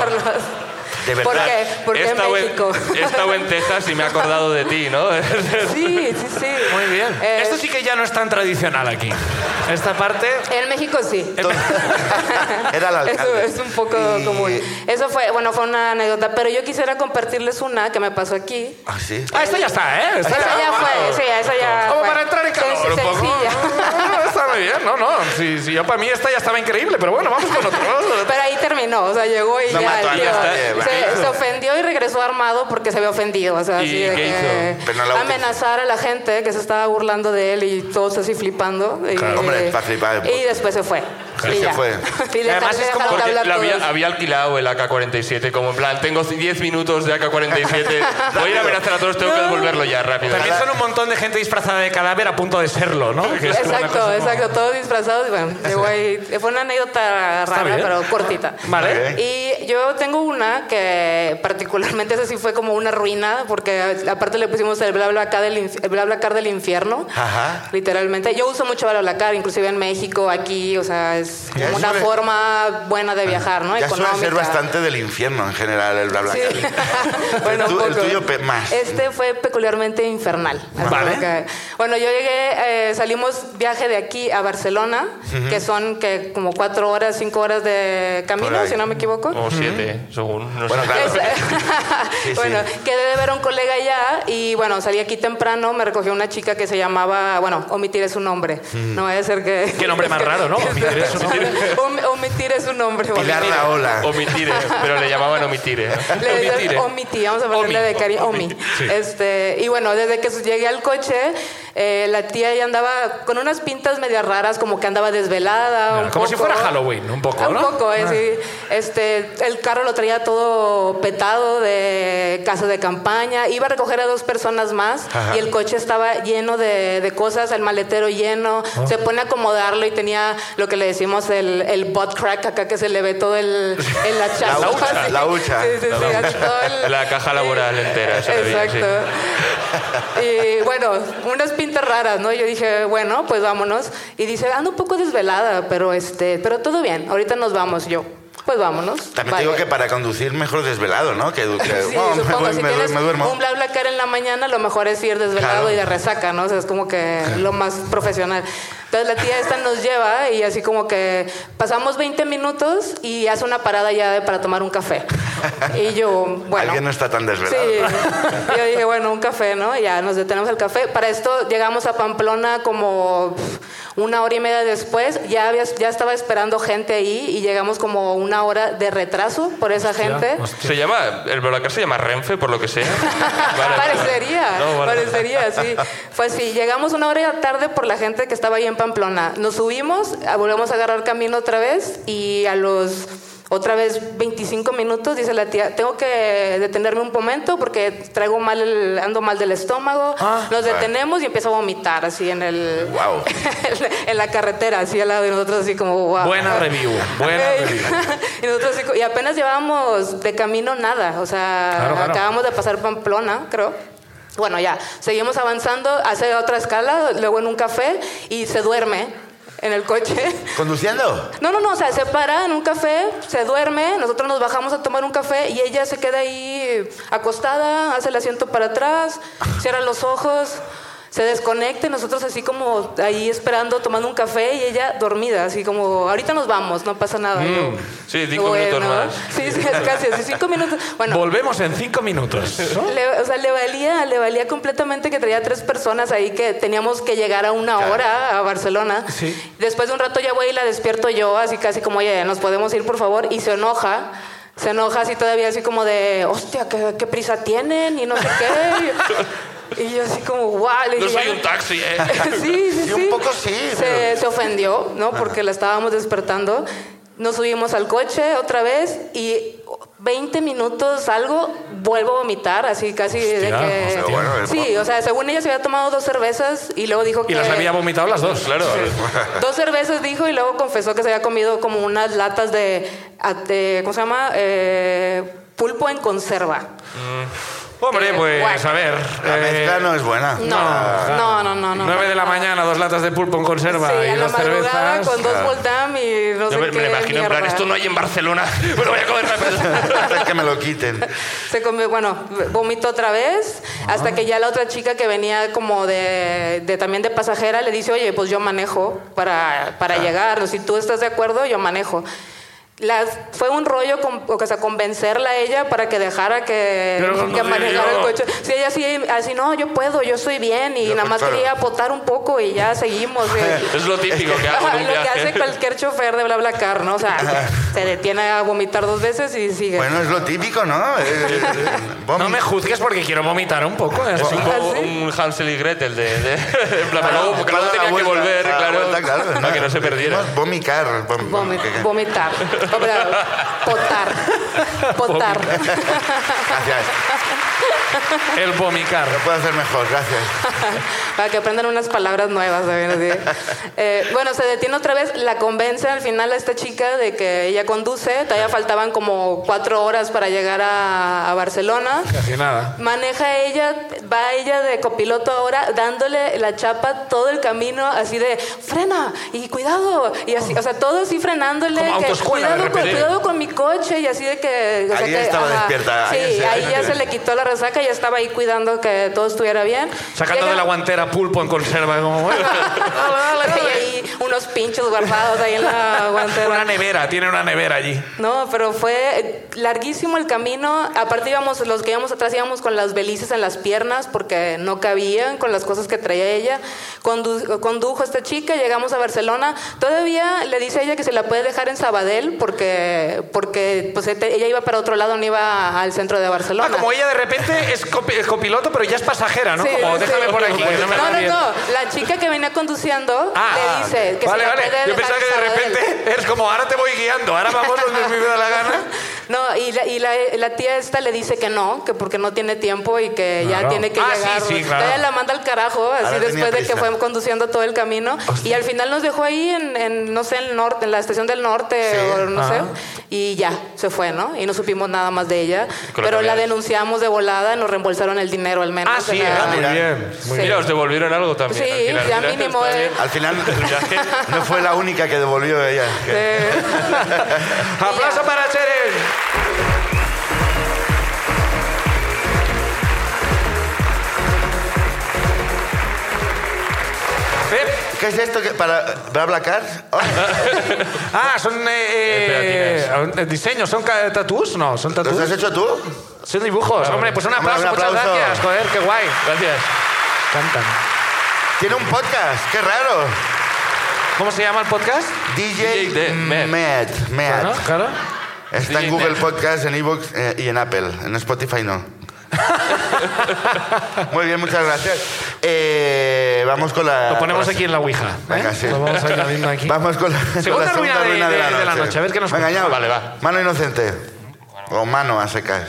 A: De verdad.
D: ¿Por qué? ¿Por
C: He
D: qué
C: estado en-
D: México?
C: He estado en Texas y me he acordado de ti, ¿no?
D: Sí, sí, sí.
B: Muy bien.
D: Eh,
B: Esto sí que ya no es tan tradicional aquí. Esta parte.
D: En México sí.
A: Era el
D: Eso
A: alcalde.
D: es un poco
A: Y-
D: común. Eso fue, bueno, fue una anécdota, pero yo quisiera compartirles una que me pasó aquí.
A: Ah, sí.
B: Ah, esta ya está, ¿eh? Esta
D: Esa ya fue, sí, esa ya
B: Como
D: fue.
B: para entrar en calor un
D: Sen-
B: poco.
D: sencilla.
B: No, no, está muy bien, no, no. Sí, sí, yo para mí esta ya estaba increíble, pero bueno, vamos con otro.
D: Pero ahí terminó, o sea, llegó y
A: No
D: ya,
A: mató a
D: el tío
A: nadie,
D: se, se ofendió y regresó armado porque se había ofendido, o sea,
C: ¿Y
D: así de
C: qué
D: que
A: hizo? Pero no la-
D: amenazar a la gente que se estaba burlando de él y todos así flipando. Y, eh,
A: Claro, hombre, pa' flipar.
D: Y después se fue.
A: Sí,
D: y
A: se
D: ya.
A: fue.
D: Y le
B: Además, es como
D: dejaron
C: Porque
D: de hablar
C: la había,
D: todos.
C: había alquilado el AK-47, como en plan, tengo 10 minutos de AK-47, voy a ir a amenazar a todos, tengo que devolverlo ya rápido.
B: También son un montón de gente disfrazada de cadáver a punto de serlo, ¿no? Que es una cosa
D: Exacto,
B: como-
D: exacto, todos disfrazados. y Bueno, llegó ahí. Fue una anécdota rara,
B: bien.
D: pero cortita.
B: Vale.
A: Ok.
D: Y yo tengo una que particularmente esa sí fue como una ruina, porque aparte le pusimos el BlaBlaCar del, inf- el BlaBlaCar del infierno,
A: Ajá.
D: literalmente. Yo uso mucho BlaBlaCar, inclusive en México, aquí, o sea, es
A: Ya
D: como una
A: suele-
D: forma buena de viajar, ¿no?
A: ya suele ser
D: Económica.
A: bastante del infierno en general el bla bla.
D: Sí.
A: El
D: un
A: tu- el
D: poco.
A: tuyo pe- más.
D: Este fue peculiarmente infernal. Así
B: Vale.
D: como que- bueno, yo llegué, eh, salimos viaje de aquí a Barcelona, que son que como cuatro horas, cinco horas de
A: Por
D: camino,
A: ahí.
D: si no me equivoco.
C: O 7, según. No
A: Bueno,
C: sé.
A: claro.
D: Es-
A: sí.
D: bueno, quedé de ver a un colega allá y bueno, salí aquí temprano, me recogió una chica que se llamaba, bueno, omitiré su nombre.
A: Mm.
D: No vaya a ser que...
B: Qué nombre más raro, ¿no? Omitiré su nombre.
D: Om- omitiré su nombre.
A: Pilar
D: bueno.
A: la ola.
C: Omitire, pero le llamaban omitire.
D: Le decían
B: ¿eh?
C: Omitire.
D: Omiti, vamos a ponerle
C: Omi,
D: de cariño, Omi. Este, y bueno, desde que llegué al coche, eh, la tía ya andaba con unas pintas medias raras, como que andaba desvelada. un
B: Como si
D: poco.
B: fuera Halloween, un poco,
D: Ah, Un
B: ¿no?
D: poco, eh, sí. Este, el carro lo traía todo petado de casa de campaña. Iba a recoger a dos personas más y el coche estaba lleno de, de cosas, el maletero lleno.
C: Oh.
D: Se pone a acomodarlo y tenía lo que le decimos el, el butt crack acá que se le ve todo el, el hachazo.
A: La hucha,
D: así.
A: la hucha.
D: Sí, sí, sí, así todo el-
C: La caja laboral entera, se le veía, sí.
D: Exacto. Y bueno, unas pintas raras, ¿no? Yo dije, bueno, pues vámonos. Y dice, ando un poco desvelada, pero este, pero todo bien, ahorita nos vamos yo. Pues vámonos.
A: También
D: Vale.
A: te digo que para conducir mejor desvelado, ¿no? Que, que-
D: Sí,
A: oh, me,
D: supongo,
A: voy-
D: si
A: me,
D: tienes
A: me duermo.
D: un bla bla cara en la mañana, lo mejor es ir desvelado
A: Claro.
D: y de resaca, ¿no? O sea, es como que lo más profesional. Entonces la tía esta nos lleva y así como que pasamos 20 minutos y hace una parada ya de- para tomar un café. Y yo, bueno.
A: Alguien no está tan
D: Sí,
A: desvelado.
D: yo dije, bueno, un café, ¿no? Ya nos detenemos al café. Para esto llegamos a Pamplona como pf, una hora y media después. Ya, había- ya estaba esperando gente ahí y llegamos como una hora de retraso por esa gente.
C: Se llama, el Bolacar se llama Renfe, por lo que sea. Vale.
D: parecería,
C: No, vale.
D: parecería, sí. Fue así, llegamos una hora tarde por la gente que estaba ahí en Pamplona. Nos subimos, ah, volvemos a agarrar camino otra vez y a los Otra vez 25 minutos, dice la tía, tengo que detenerme un momento porque traigo mal, el- ando mal del estómago. Nos detenemos y empiezo a vomitar así en el...
A: Guau.
D: en la carretera, así al lado de nosotros, así como... wow.
B: Buena review, buena
D: Ey.
B: review.
D: y, nosotros así co- y apenas llevábamos de camino nada, o sea,
B: Claro, claro.
D: acabamos de pasar Pamplona, creo. Bueno, ya, seguimos avanzando, hace otra escala, luego en un café y se duerme en el coche.
A: ¿Conduciendo?
D: No, no, no, o sea, se para en un café, se duerme, nosotros nos bajamos a tomar un café y ella se queda ahí acostada, hace el asiento para atrás, cierra los ojos, se desconecta y nosotros así como ahí esperando, tomando un café y ella dormida, así como, ahorita nos vamos, no pasa nada. Y yo,
B: Mm.
C: sí, cinco minutos más.
D: Sí, sí, es casi, así, cinco minutos. Bueno,
B: Volvemos en cinco minutos. ¿no?
D: le- o sea, le valía, le valía completamente que traía tres personas ahí que teníamos que llegar a una hora a Barcelona.
B: Sí.
D: Después de un rato ya voy y la despierto yo, así casi como, oye, nos podemos ir, por favor, y se enoja. Se enoja así todavía, así como de, hostia, qué, qué prisa tienen y no sé qué. y yo así como, guau. le
C: No
D: dije,
C: soy
D: "Ya
C: un taxi, ¿eh?
D: sí, sí,
A: Sí,
D: sí.
A: un poco sí,
D: Se,
A: pero-
D: se ofendió, ¿no? Porque la estábamos despertando. Nos subimos al coche otra vez y 20 minutos algo, vuelvo a vomitar, así casi de
B: Hostia,
D: que...
B: hostia.
A: Bueno, el-
D: sí, o sea, según ella se había tomado dos cervezas y luego dijo que...
B: Y las había vomitado las dos.
C: Claro.
D: Dos cervezas dijo y luego confesó que se había comido como unas latas de... a- de- ¿Cómo se llama? Eh, pulpo en conserva.
B: Hombre,
D: Eh,
B: pues
D: guac.
B: a ver.
A: La
B: eh,
A: mezcla no es buena.
D: No, no, no, no. no
B: 9 de la mañana, dos latas de pulpo en conserva
D: Sí, a
B: y
D: la
B: dos
D: madrugada
B: cervezas.
D: con dos Voltam y no sé
C: Yo me,
D: qué
C: me lo imagino en plan,
D: mierda.
C: esto no hay en Barcelona. Me lo voy a comer rápido.
A: Hasta que me lo quiten.
D: Se comió, bueno, vomitó otra vez, hasta que ya la otra chica que venía como de, de- también de pasajera le dice, oye, pues yo manejo para,
C: Ah.
D: para llegar, si tú estás de acuerdo, yo manejo. La- fue un rollo con- o sea, convencerla a ella para que dejara que,
B: Pero no
D: que
B: sé
D: manejara
B: yo.
D: el coche. Sí, ella así, así, no, yo puedo, yo estoy bien y
A: Ya,
D: nada más
A: claro.
D: quería apotar un poco y ya seguimos. y-
C: Es lo típico que hago
D: Ajá,
C: en un
D: lo que hace
C: viaje.
D: cualquier chofer de BlaBlaCar, ¿no? O sea, se detiene a vomitar dos veces y sigue.
A: Bueno, es lo típico, ¿no? Eh, eh, vomi-
B: No me juzgues porque quiero vomitar un poco. ¿eh? es
C: Es
B: un
C: un,
B: poco-
C: poco un Hansel y Gretel de... de- en plan, pero luego- porque
A: Ah, Para
C: luego
A: la
C: tenía
A: vuelta,
C: que volver,
A: para la
C: claro,
A: vuelta,
C: para que no se
A: Decimos
C: perdiera.
A: Vomicar. vom-
D: Vomi-
A: que- que-
D: vomitar. O sea, potar. Potar.
A: Gracias.
B: El vomitar.
A: Lo puedo hacer mejor, gracias.
D: Para que aprendan unas palabras nuevas también, así. Eh, bueno, se detiene otra vez, la convence al final a esta chica de que ella conduce. Todavía faltaban como cuatro horas para llegar a, a Barcelona.
B: Casi nada.
D: Maneja ella, va ella de copiloto ahora, dándole la chapa todo el camino, así de frena y cuidado. Y así, o sea, todo así frenándole.
B: Como
D: que,
B: autoescuela, de
D: cuidado, con,
B: repente.
D: cuidado con mi coche y así de que. o sea,
A: Ahí
D: que,
A: estaba despierta,
D: Sí,
A: ahí se-
D: ahí ya se le quitó la resaca, ya estaba ahí cuidando que todo estuviera bien.
B: Sacando
D: Llega-
B: de la guantera pulpo en conserva. Como, bueno,
D: Y ahí unos pinchos guardados ahí en la
B: una
D: guantera.
B: nevera, tiene una nevera allí.
D: No, pero fue eh, larguísimo el camino. Aparte íbamos, los que íbamos atrás íbamos con las belices en las piernas porque no cabían con las cosas que traía ella. Condu- condujo esta chica, llegamos a Barcelona. Todavía le dice a ella que se la puede dejar en Sabadell porque, porque pues, este- ella iba para otro lado, no iba al centro de Barcelona.
B: Ah, como ella de repente es copi- es copiloto, pero ya es pasajera, ¿no?
D: Sí,
B: como
D: sí.
B: déjame por aquí. que
D: No,
B: no, me
D: no,
B: va bien".
D: no. La chica que venía conduciendo
B: Ah,
D: le dice que
B: vale,
D: se la
B: vale.
D: puede
B: Yo
D: dejar
B: pensaba que
D: en
B: de
D: Sabadell.
B: repente es como, ahora te voy guiando, ahora vamos donde me da la gana.
D: No, y la, y la, la tía esta le dice que no, que porque no tiene tiempo y que
B: Claro.
D: ya tiene que
B: Ah, sí,
D: llegar.
B: sí, claro.
D: Todavía la manda al carajo, así
A: Ahora tenía
D: después de que
A: prisa.
D: fue conduciendo todo el camino. Y al final nos dejó ahí en, en, no sé, en el norte, en la estación del norte,
A: Sí.
D: o no
B: Ajá.
D: sé. Y ya, se fue, ¿no? Y no supimos nada más de ella.
C: Con la
D: Pero la
C: camioneta.
D: denunciamos de volada, nos reembolsaron el dinero al menos.
B: Ah,
D: de
B: sí,
D: la-
B: ah, muy
A: mira.
B: bien. Muy
D: Sí.
C: Mira, os devolvieron algo también.
D: Sí,
C: al final.
D: ya
C: Mira,
D: mínimo,
C: está
D: eh.
C: bien.
A: Al final, no fue la única que devolvió ella.
B: bien. Aplauso para Cheres. Pep.
A: ¿Qué es esto? que ¿Para BlaBlaCar? Oh,
B: Ah, son eh, eh, diseños, son ca- tatús, no, son
A: ¿Los has
B: tatús,
A: hecho tú?
B: son dibujos. Hombre, pues un
A: Hombre,
B: aplauso,
A: un
B: muchas
A: aplauso.
B: gracias, joder, qué guay.
C: Gracias.
B: Cantan.
A: Tiene un podcast, qué raro.
B: ¿Cómo se llama el podcast?
A: DJ,
C: DJ de Med.
A: Med. Med.
B: Claro, claro.
A: Está
C: DJ
A: en Google
C: Med.
A: Podcast, en Evox y en Apple. En Spotify no. Muy bien, muchas gracias. Eh, vamos con la.
B: Lo ponemos
A: con la-
B: aquí en la Ouija.
A: Venga,
B: ¿eh?
A: sí.
B: Lo vamos a ir abriendo aquí.
A: Vamos con la
B: Segunda
A: con la
B: ruina de- de-
A: la,
B: de la
A: noche.
B: noche, a ver qué nos
A: Venga,
B: cuenta.
A: ya.
C: Vale, va.
A: Mano inocente. O mano a secas.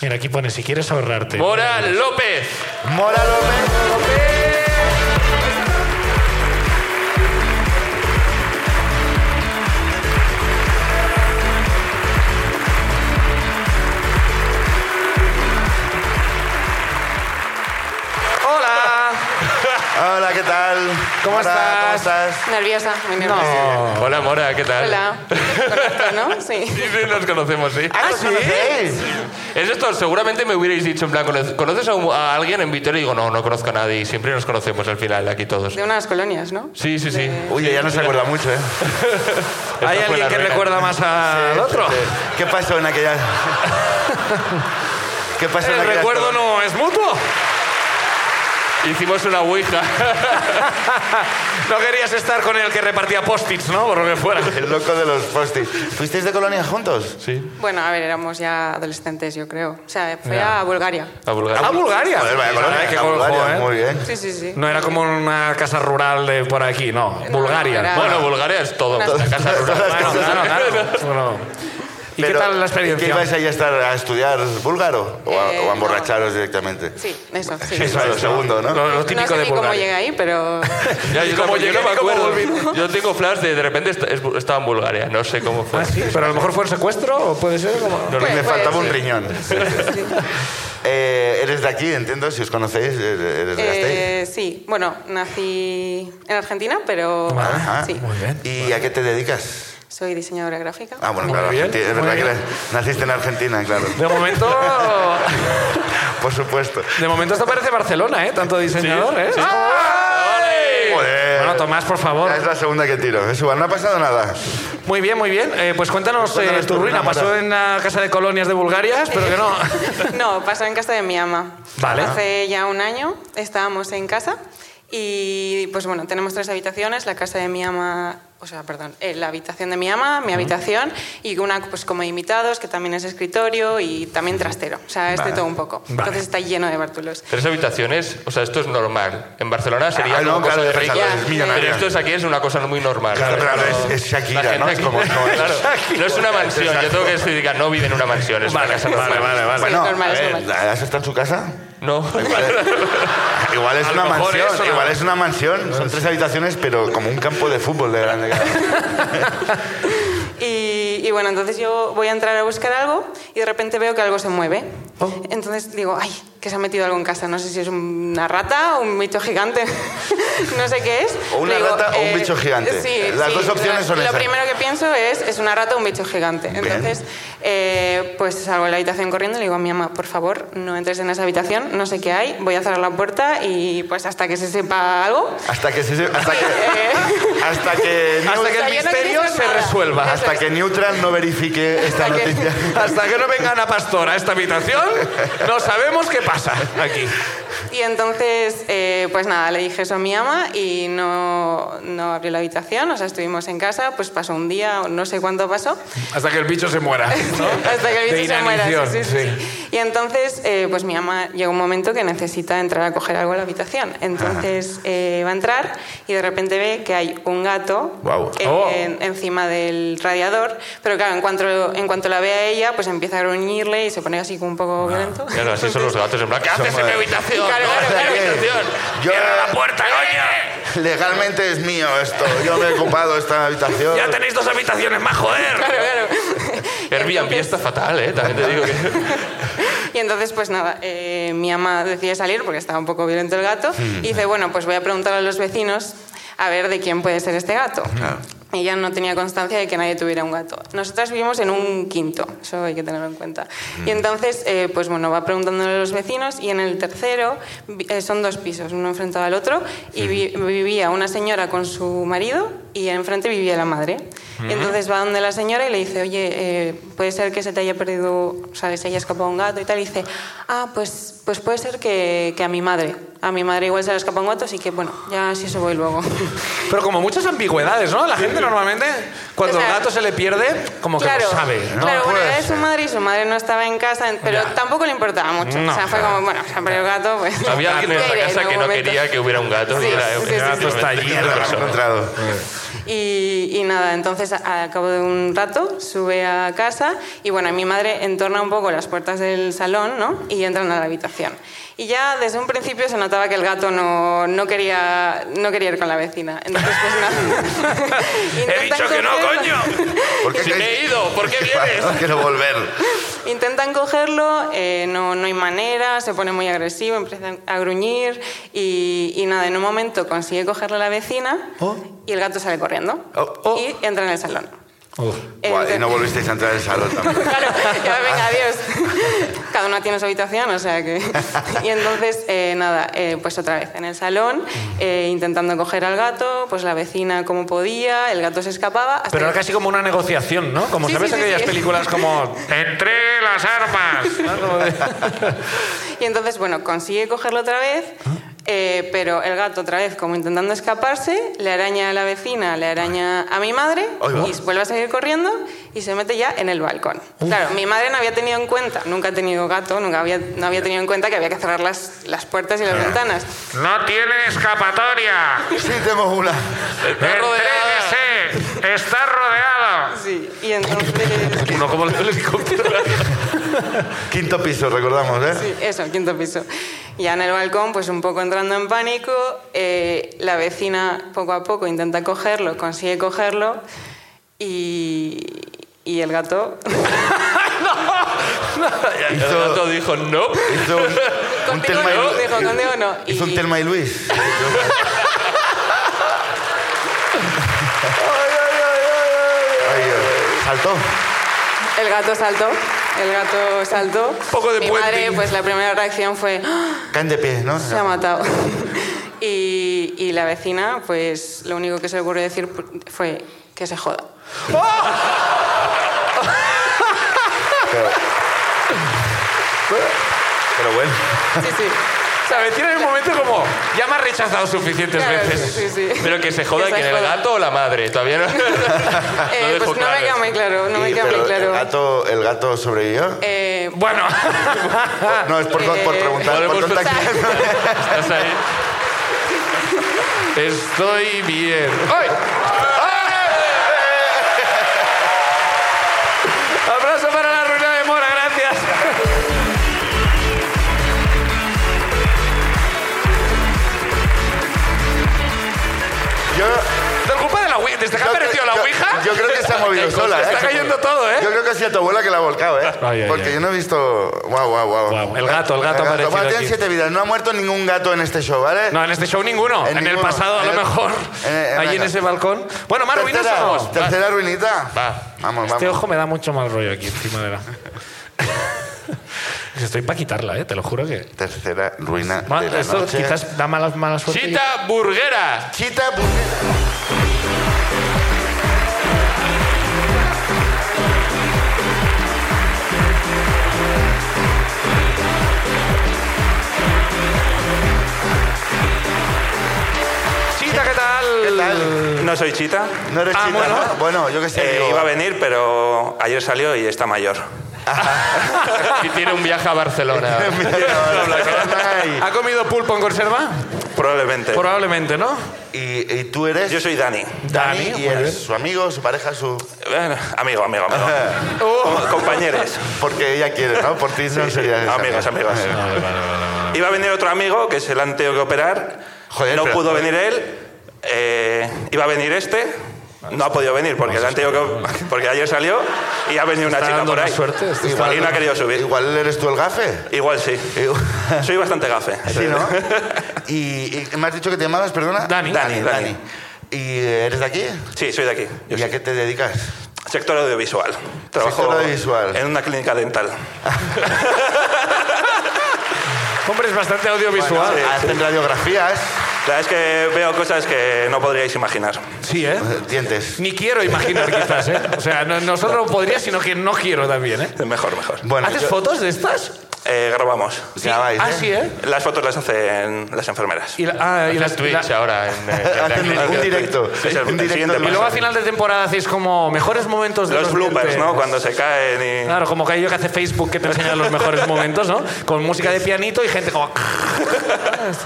B: Mira, aquí pone, si quieres ahorrarte.
C: Mora López.
A: Mora López.
B: ¡Hola!
A: Ah, Hola, ¿qué tal?
B: ¿Cómo
A: Mora, ¿Cómo estás?
E: Nerviosa, muy nerviosa.
C: Hola, Mora, ¿qué tal?
E: Hola. Correcto, ¿no? Sí.
C: Sí, sí, nos conocemos, sí.
A: Ah, ¿nos conocéis?
C: Es esto, seguramente me hubierais dicho, en plan, "¿Cono- ¿conoces a, un- a alguien en Vitoria? Y digo, no, no conozco a nadie. Y siempre nos conocemos al final, aquí todos.
E: De una de las colonias, ¿no?
C: Sí, sí, sí.
A: Uy, ya no se acuerda mucho, ¿eh?
C: Esta
B: ¿Hay
C: fue la
B: alguien que
C: ruina.
B: recuerda más al otro?
A: Sí. ¿Qué pasó en aquella.? ¿Qué pasó
C: Eh,
A: en
B: El
A: aquella.?
B: recuerdo no es mutuo.
C: Hicimos una ouija.
B: No querías estar con el que repartía post-its, ¿no? Por lo que fuera.
A: El loco de los postis. ¿Fuisteis de colonia juntos?
C: Sí.
E: Bueno, a ver, éramos ya adolescentes, yo creo. O sea, fue
B: Ya.
E: a Bulgaria.
C: A Bulgaria.
B: ¡A Bulgaria!
A: Joder, vaya
B: Sí, la verdad
A: colonia.
B: que
A: a
B: ojo,
A: Bulgaria,
B: ¿eh?
A: Muy bien.
E: Sí, sí, sí.
B: No era como una casa rural de por aquí, no. Bulgaria.
E: era-
C: Bueno, Bulgaria es todo.
E: Unas-
C: La casa rural.
B: Bueno,
A: casas-
B: claro, claro. Bueno. ¿Y
A: Pero,
B: qué tal la
A: ¿Qué
B: experiencia?
A: ibais ahí a estar a estudiar búlgaro? ¿O a,
E: Eh,
A: o a
E: no.
A: emborracharos directamente?
E: Sí, eso, sí.
A: Sí, claro, segundo, ¿no?
B: Lo, lo
E: No
B: típico
E: sé
B: de
E: ni cómo
B: Bulgaria.
E: llegué ahí, pero...
C: Ya,
B: ¿Y
C: yo,
B: cómo
C: como, yo
B: llegué
C: no me
B: y cómo
C: acuerdo. Yo tengo flash de de repente est- es- estaba en Bulgaria, no sé cómo fue.
B: Ah, sí, pero a lo mejor fue un secuestro o puede ser como...
A: Me
E: Puede- puede,
A: faltaba un
E: sí.
A: riñón. Eh, eres de aquí, entiendo, si os conocéis, eh, eres de Gasteiz.
E: Eh, sí, bueno, nací en Argentina, pero
B: Ah,
A: Ajá.
E: sí,
B: Muy bien.
A: Ah. ¿Y a qué te dedicas?
E: soy diseñadora gráfica.
A: Ah, bueno,
B: Muy
A: claro,
B: bien,
A: Argenti- es
B: muy
A: verdad
B: bien.
A: que naciste en Argentina, claro.
B: De momento,
A: Por supuesto.
B: de momento esto parece Barcelona, ¿eh? Tanto diseñador, ¿eh?
C: ¡Ole!
A: Joder.
B: Bueno, Tomás, por favor.
A: Eh, Ya Es la segunda que tiro. Es igual, no ha pasado nada.
B: Muy bien, muy bien. Eh, pues cuéntanos eh,
A: Cuéntanos
B: tu
A: tu
B: ruina.
A: ruina,
B: Pasó
A: Mara.
B: en la casa de colonias de Bulgaria, espero que no.
E: No, pasó en casa de mi ama.
B: Vale.
E: Hace ya un año estábamos en casa y pues bueno, tenemos tres habitaciones, la casa de mi ama, o sea, perdón, eh, la habitación de mi ama, mi habitación y una pues como de invitados que también es escritorio y también trastero, o sea, es de todo un poco.
B: Vale.
E: Entonces está lleno de bártulos.
C: Tres habitaciones, o sea, esto es normal. En Barcelona sería
A: Ah,
C: una
A: no,
C: cosa
A: claro,
C: de
A: de
C: rico,
A: pensar,
E: es millonaria.
C: pero esto es aquí es una cosa muy normal.
A: Claro,
C: ¿sabes?
A: claro,
C: No-
A: es- es Shakira,
C: la gente
A: ¿no? Es como- como-
C: claro, no es una mansión, yo tengo que explicar, no viven en una mansión, es una casa normal.
E: vale.
A: Bueno,
E: Sí, normal,
A: a
E: es
A: ver,
E: normal.
A: ¿has estado en su casa?
C: No,
A: Igual es
B: A lo
A: una
B: mejor
A: mansión,
B: eso, ¿no?
A: igual es una mansión. Son tres habitaciones, pero como un campo de fútbol de grande.
E: Y, y bueno, entonces yo voy a entrar a buscar algo y de repente veo que algo se mueve.
A: Oh.
E: Entonces digo, ay, que se ha metido algo en casa. No sé si es una rata o un bicho gigante. no sé qué es.
A: O una
E: Le digo, eh,
A: rata o un bicho gigante. Las dos opciones
E: La-
A: son
E: Lo
A: esas.
E: primero que pienso es, es una rata o un bicho gigante. Entonces, eh, pues salgo de la habitación corriendo y le digo a mi mamá, por favor, no entres en esa habitación, no sé qué hay, voy a cerrar la puerta y pues hasta que se sepa algo...
A: Hasta que se, hasta
E: eh,
A: que hasta que
B: Hasta
A: Neut-
B: que el
E: sea, yo no
B: misterio
E: quiero
B: se
E: nada.
B: resuelva. Hasta,
A: hasta que Neutral no verifique esta
E: Hasta que-
A: noticia.
B: hasta que no venga Ana Pastor a esta habitación, no sabemos qué pasa aquí.
E: Y entonces, eh, pues nada, le dije eso a mi ama y no, no abrió la habitación, o sea, estuvimos en casa, pues pasó un día, o no sé cuánto pasó,
B: Hasta que el bicho se muera. ¿no?
E: hasta que el
B: De
E: bicho se muera. sí,
B: inanición,
E: sí, sí, sí. Y entonces, eh, pues mi ama llega un momento que necesita entrar a coger algo a la habitación.
B: Ah.
E: Entonces eh, va a entrar y de repente ve que hay un gato
A: Guau.
E: en-
B: Oh.
E: en- encima del radiador, pero claro, en cuanto, en cuanto la ve a ella, pues empieza a gruñirle y se pone así como un
B: Ah.
E: poco violento.
C: claro, así son los gatos, en plan, ¿qué haces en mi
A: madre.
C: habitación?
E: Claro,
C: No,
E: claro,
C: en mi
E: claro.
C: habitación.
A: Yo- eh,
C: ¡Cierra la puerta, coño!
A: Legalmente es mío esto. Yo me he ocupado esta habitación.
B: Ya tenéis dos habitaciones más, joder.
E: Claro, claro.
C: Airbnb está fatal, ¿eh? También te digo que...
E: Y entonces, pues nada, eh, mi ama decide salir porque estaba un poco violento el gato y dice, bueno, pues voy a preguntar a los vecinos a ver de quién puede ser este gato.
A: Ah,
E: Ella no tenía constancia de que nadie tuviera un gato. Nosotras vivimos en un quinto, eso hay que tenerlo en cuenta. Y entonces, eh, pues bueno, va preguntándole a los vecinos y en el tercero vi- eh, son dos pisos, uno enfrentado al otro, y vi- vivía una señora con su marido y enfrente vivía la madre. Entonces va donde la señora y le dice, oye, eh, puede ser que se te haya perdido, o sea, que se haya escapado un gato y tal. Y dice, ah, pues, pues puede ser que, que a mi madre. A mi madre igual se le escapa un gato, así que bueno, ya si eso voy luego.
B: Pero como muchas ambigüedades, ¿no? La gente normalmente, cuando el
E: Claro.
B: gato se le pierde, como que
E: claro,
B: lo sabe, ¿no? Pues,
E: claro, bueno,
A: Puede
E: era de
A: ser.
E: su madre y su madre no estaba en casa, pero
B: Ya.
E: tampoco le importaba mucho.
B: No,
E: o sea, fue
B: claro.
E: como, bueno, se ha perdido el gato, pues...
C: Había alguien en
E: Quiere,
C: nuestra casa que
E: algún
C: no
E: momento.
C: quería que hubiera un gato. y
E: Sí,
C: era,
E: sí, sí,
C: era
E: sí, sí.
C: totalmente
B: Está allí,
C: otra
A: Mierda, lo he
C: persona.
A: encontrado.
E: Y, y nada, entonces a- al cabo de un rato sube a casa y bueno, mi madre entorna un poco las puertas del salón ¿no? y entran a la habitación. Y ya desde un principio se notaba que el gato no, no, quería, no quería ir con la vecina. Entonces, pues nada.
B: ¡He dicho
E: Intentan
B: que no,
E: cogerlo-
B: coño!
A: ¿Por qué
C: Si
A: te-
C: me he ido, ¿por qué vienes?
A: No quiero volver.
E: Intentan cogerlo, eh, no, no hay manera, se pone muy agresivo, empieza a gruñir y, y nada, en un momento consigue cogerle a la vecina y el gato sale corriendo
A: Oh, oh.
E: y entra en el salón.
A: Guau, y no
E: Entonces-
A: volvisteis a entrar al salón tampoco.
E: Claro, ya venga, adiós. Cada una tiene su habitación, o sea que... Y entonces, eh, nada, eh, pues otra vez en el salón, eh, intentando coger al gato, pues la vecina como podía, el gato se escapaba. hasta
B: Pero
E: que-
B: era casi como una negociación, ¿no? Como
E: Sí,
B: sabes
E: sí, sí,
B: aquellas
E: sí.
B: películas como ¡Entregue las armas! ¿no? Como de-
E: Y entonces, bueno, consigue cogerlo otra vez, eh, pero el gato otra vez como intentando escaparse, le araña a la vecina, le araña a mi madre
A: Ahí va.
E: y vuelve a seguir corriendo y se mete ya en el balcón. Claro, mi madre no había tenido en cuenta, nunca ha tenido gato, nunca había, no había tenido en cuenta que había que cerrar las, las puertas y las ventanas.
B: ¡No tiene escapatoria!
A: Sí, tengo una.
C: Está rodeada.
B: ¡Entrégese! ¡Está rodeado!
E: Sí, y entonces...
B: Uno como el helicóptero.
A: Quinto piso, recordamos, ¿eh?
E: Sí, eso, quinto piso. Ya en el balcón, pues un poco entrando en pánico, eh, la vecina poco a poco intenta cogerlo, consigue cogerlo y, y el gato
C: El
A: Hizo-
C: gato dijo, no.
A: Hizo un, un
E: contigo
A: Telma y
E: no,
A: Lu-
E: dijo, contigo no. Y,
A: Hizo un Telma y Luis. Ay, eh, Saltó.
E: el gato saltó, el gato saltó.
C: poco de
E: Mi
C: puente.
E: madre, pues la primera reacción fue, ¡Ah!
A: Caen de pie, ¿no?
E: se ha matado. Y, y la vecina, pues lo único que se le ocurrió decir fue que se joda.
A: Pero bueno.
E: Sí, sí.
B: O sea, me tiene en un momento como... Ya me has rechazado suficientes
E: Claro,
B: veces.
E: sí, sí, sí.
C: Pero que se joda
E: Que se
C: quién era el
E: joda.
C: gato o la madre. Todavía no.
E: Eh,
C: dejó
E: pues no
C: claro
E: me queda
C: eso.
E: muy claro, no me
A: Y-
E: queda
A: pero
E: muy claro.
A: El gato, el gato sobrevivió.
E: Eh,
B: Bueno,
A: no, es por,
E: eh,
A: por preguntar, por
C: podemos
A: contactar.
C: ¿Estás ahí? Estoy bien. ¡Ay!
B: abrazo para la ruina de Mora, gracias.
A: Yo,
B: ¿Por culpa de la Ouija? ¿Desde que ha
A: yo-
B: aparecido la
A: yo-
B: Ouija?
A: Yo creo que se ha movido
C: Está
A: sola, ¿eh?
B: Está cayendo todo, ¿eh?
A: Yo creo que ha sido tu abuela que la ha volcado, ¿eh?
B: Ay, ay,
A: Porque
B: ay.
A: yo no he visto... Guau, guau, guau.
B: Guau, el gato, el gato ha aparecido
A: Bueno, tienen
B: aquí.
A: siete vidas. No ha muerto ningún gato en este show, ¿vale?
B: No, en este show ninguno.
A: En
B: En, el
A: ninguno.
B: pasado, a
A: En
B: lo
A: el-
B: mejor.
A: en- en
B: allí en
A: la-
B: ese balcón. Bueno, más ruinas
A: Tercera,
B: somos.
A: tercera ruinita.
C: Va.
A: Vamos,
B: Este
A: vamos.
B: ojo me da mucho mal rollo aquí encima de la. Estoy para quitarla, ¿eh? te lo juro que.
A: Tercera ruina
B: Ma-
A: de la
B: esto
A: noche.
B: quizás da mala, mala suerte. y-
C: Chita Burguera.
A: Chita Burguera.
B: Chita, ¿qué tal?
A: ¿Qué tal?
F: No soy chita.
A: No eres
B: Ah,
A: chita,
B: bueno.
A: ¿no? Bueno, yo qué sé.
F: Eh,
A: digo,
F: iba a venir, pero ayer salió y está mayor.
C: Y tiene un viaje a Barcelona.
A: mira, no, no, no, no,
B: ¿Ha comido pulpo en conserva?
F: Probablemente.
B: Probablemente, ¿no?
A: y, y- y tú eres
F: Yo soy Dani.
A: Dani,
B: Dani,
A: y
B: muy bien.
A: eres su amigo, su pareja, su...
F: Bueno, amigo, amigo, amigo.
A: Oh.
F: Com- compañeros.
A: Porque ella quiere, ¿no? Por ti no sería... esa.
F: Amigos, amigos. Iba a venir otro amigo que se le han tenido que operar.
A: Joder,
F: no
A: pero-
F: pudo venir él. Eh, iba a venir este. No ha podido venir porque le han tenido que- porque ayer salió y ha venido una
B: Está
F: chica
B: dando
F: por
B: una
F: ahí.
B: suerte, esto
F: Igual y no ha querido subir.
A: Igual eres tú el gafe.
F: Igual sí.
A: Igual-
F: Soy bastante gafe.
A: Sí, ¿no? y, y me has dicho que te llamabas, perdona.
B: Dani.
F: Dani, Dani.
A: ¿Y eres de aquí?
F: Sí, soy de aquí. Yo
A: ¿Y a
F: sí.
A: qué te dedicas?
F: Sector audiovisual. Trabajo
A: Sector audiovisual.
F: en una clínica dental.
B: Hombre, es bastante audiovisual.
A: Hacen radiografías.
F: La verdad es que veo cosas que no podríais imaginar.
B: Sí, ¿eh?
A: Dientes.
B: Ni quiero imaginar quizás, ¿eh? O sea, no, no solo podría, sino que no quiero también, ¿eh?
F: Mejor, mejor.
A: Bueno,
B: ¿Haces
A: yo-
B: fotos de estas?
F: Eh, grabamos.
A: Grabáis,
B: ah,
A: ¿eh?
B: sí, ¿eh?
F: Las fotos las hacen las enfermeras.
B: Y, la- ah, y
C: Y
B: las-
C: las
B: y la-
C: Twitch ahora. En, eh, en la
A: Hacen
C: clínica.
A: un directo.
F: Sí, sí,
A: un
F: el siguiente
A: directo.
B: y
A: más.
B: luego a final de temporada hacéis como mejores momentos de
F: Los bloopers,
B: clientes.
F: ¿no? Cuando se caen y...
B: Claro, como que hay yo que hace Facebook que te enseña los mejores momentos, ¿no? Con música de pianito y gente como...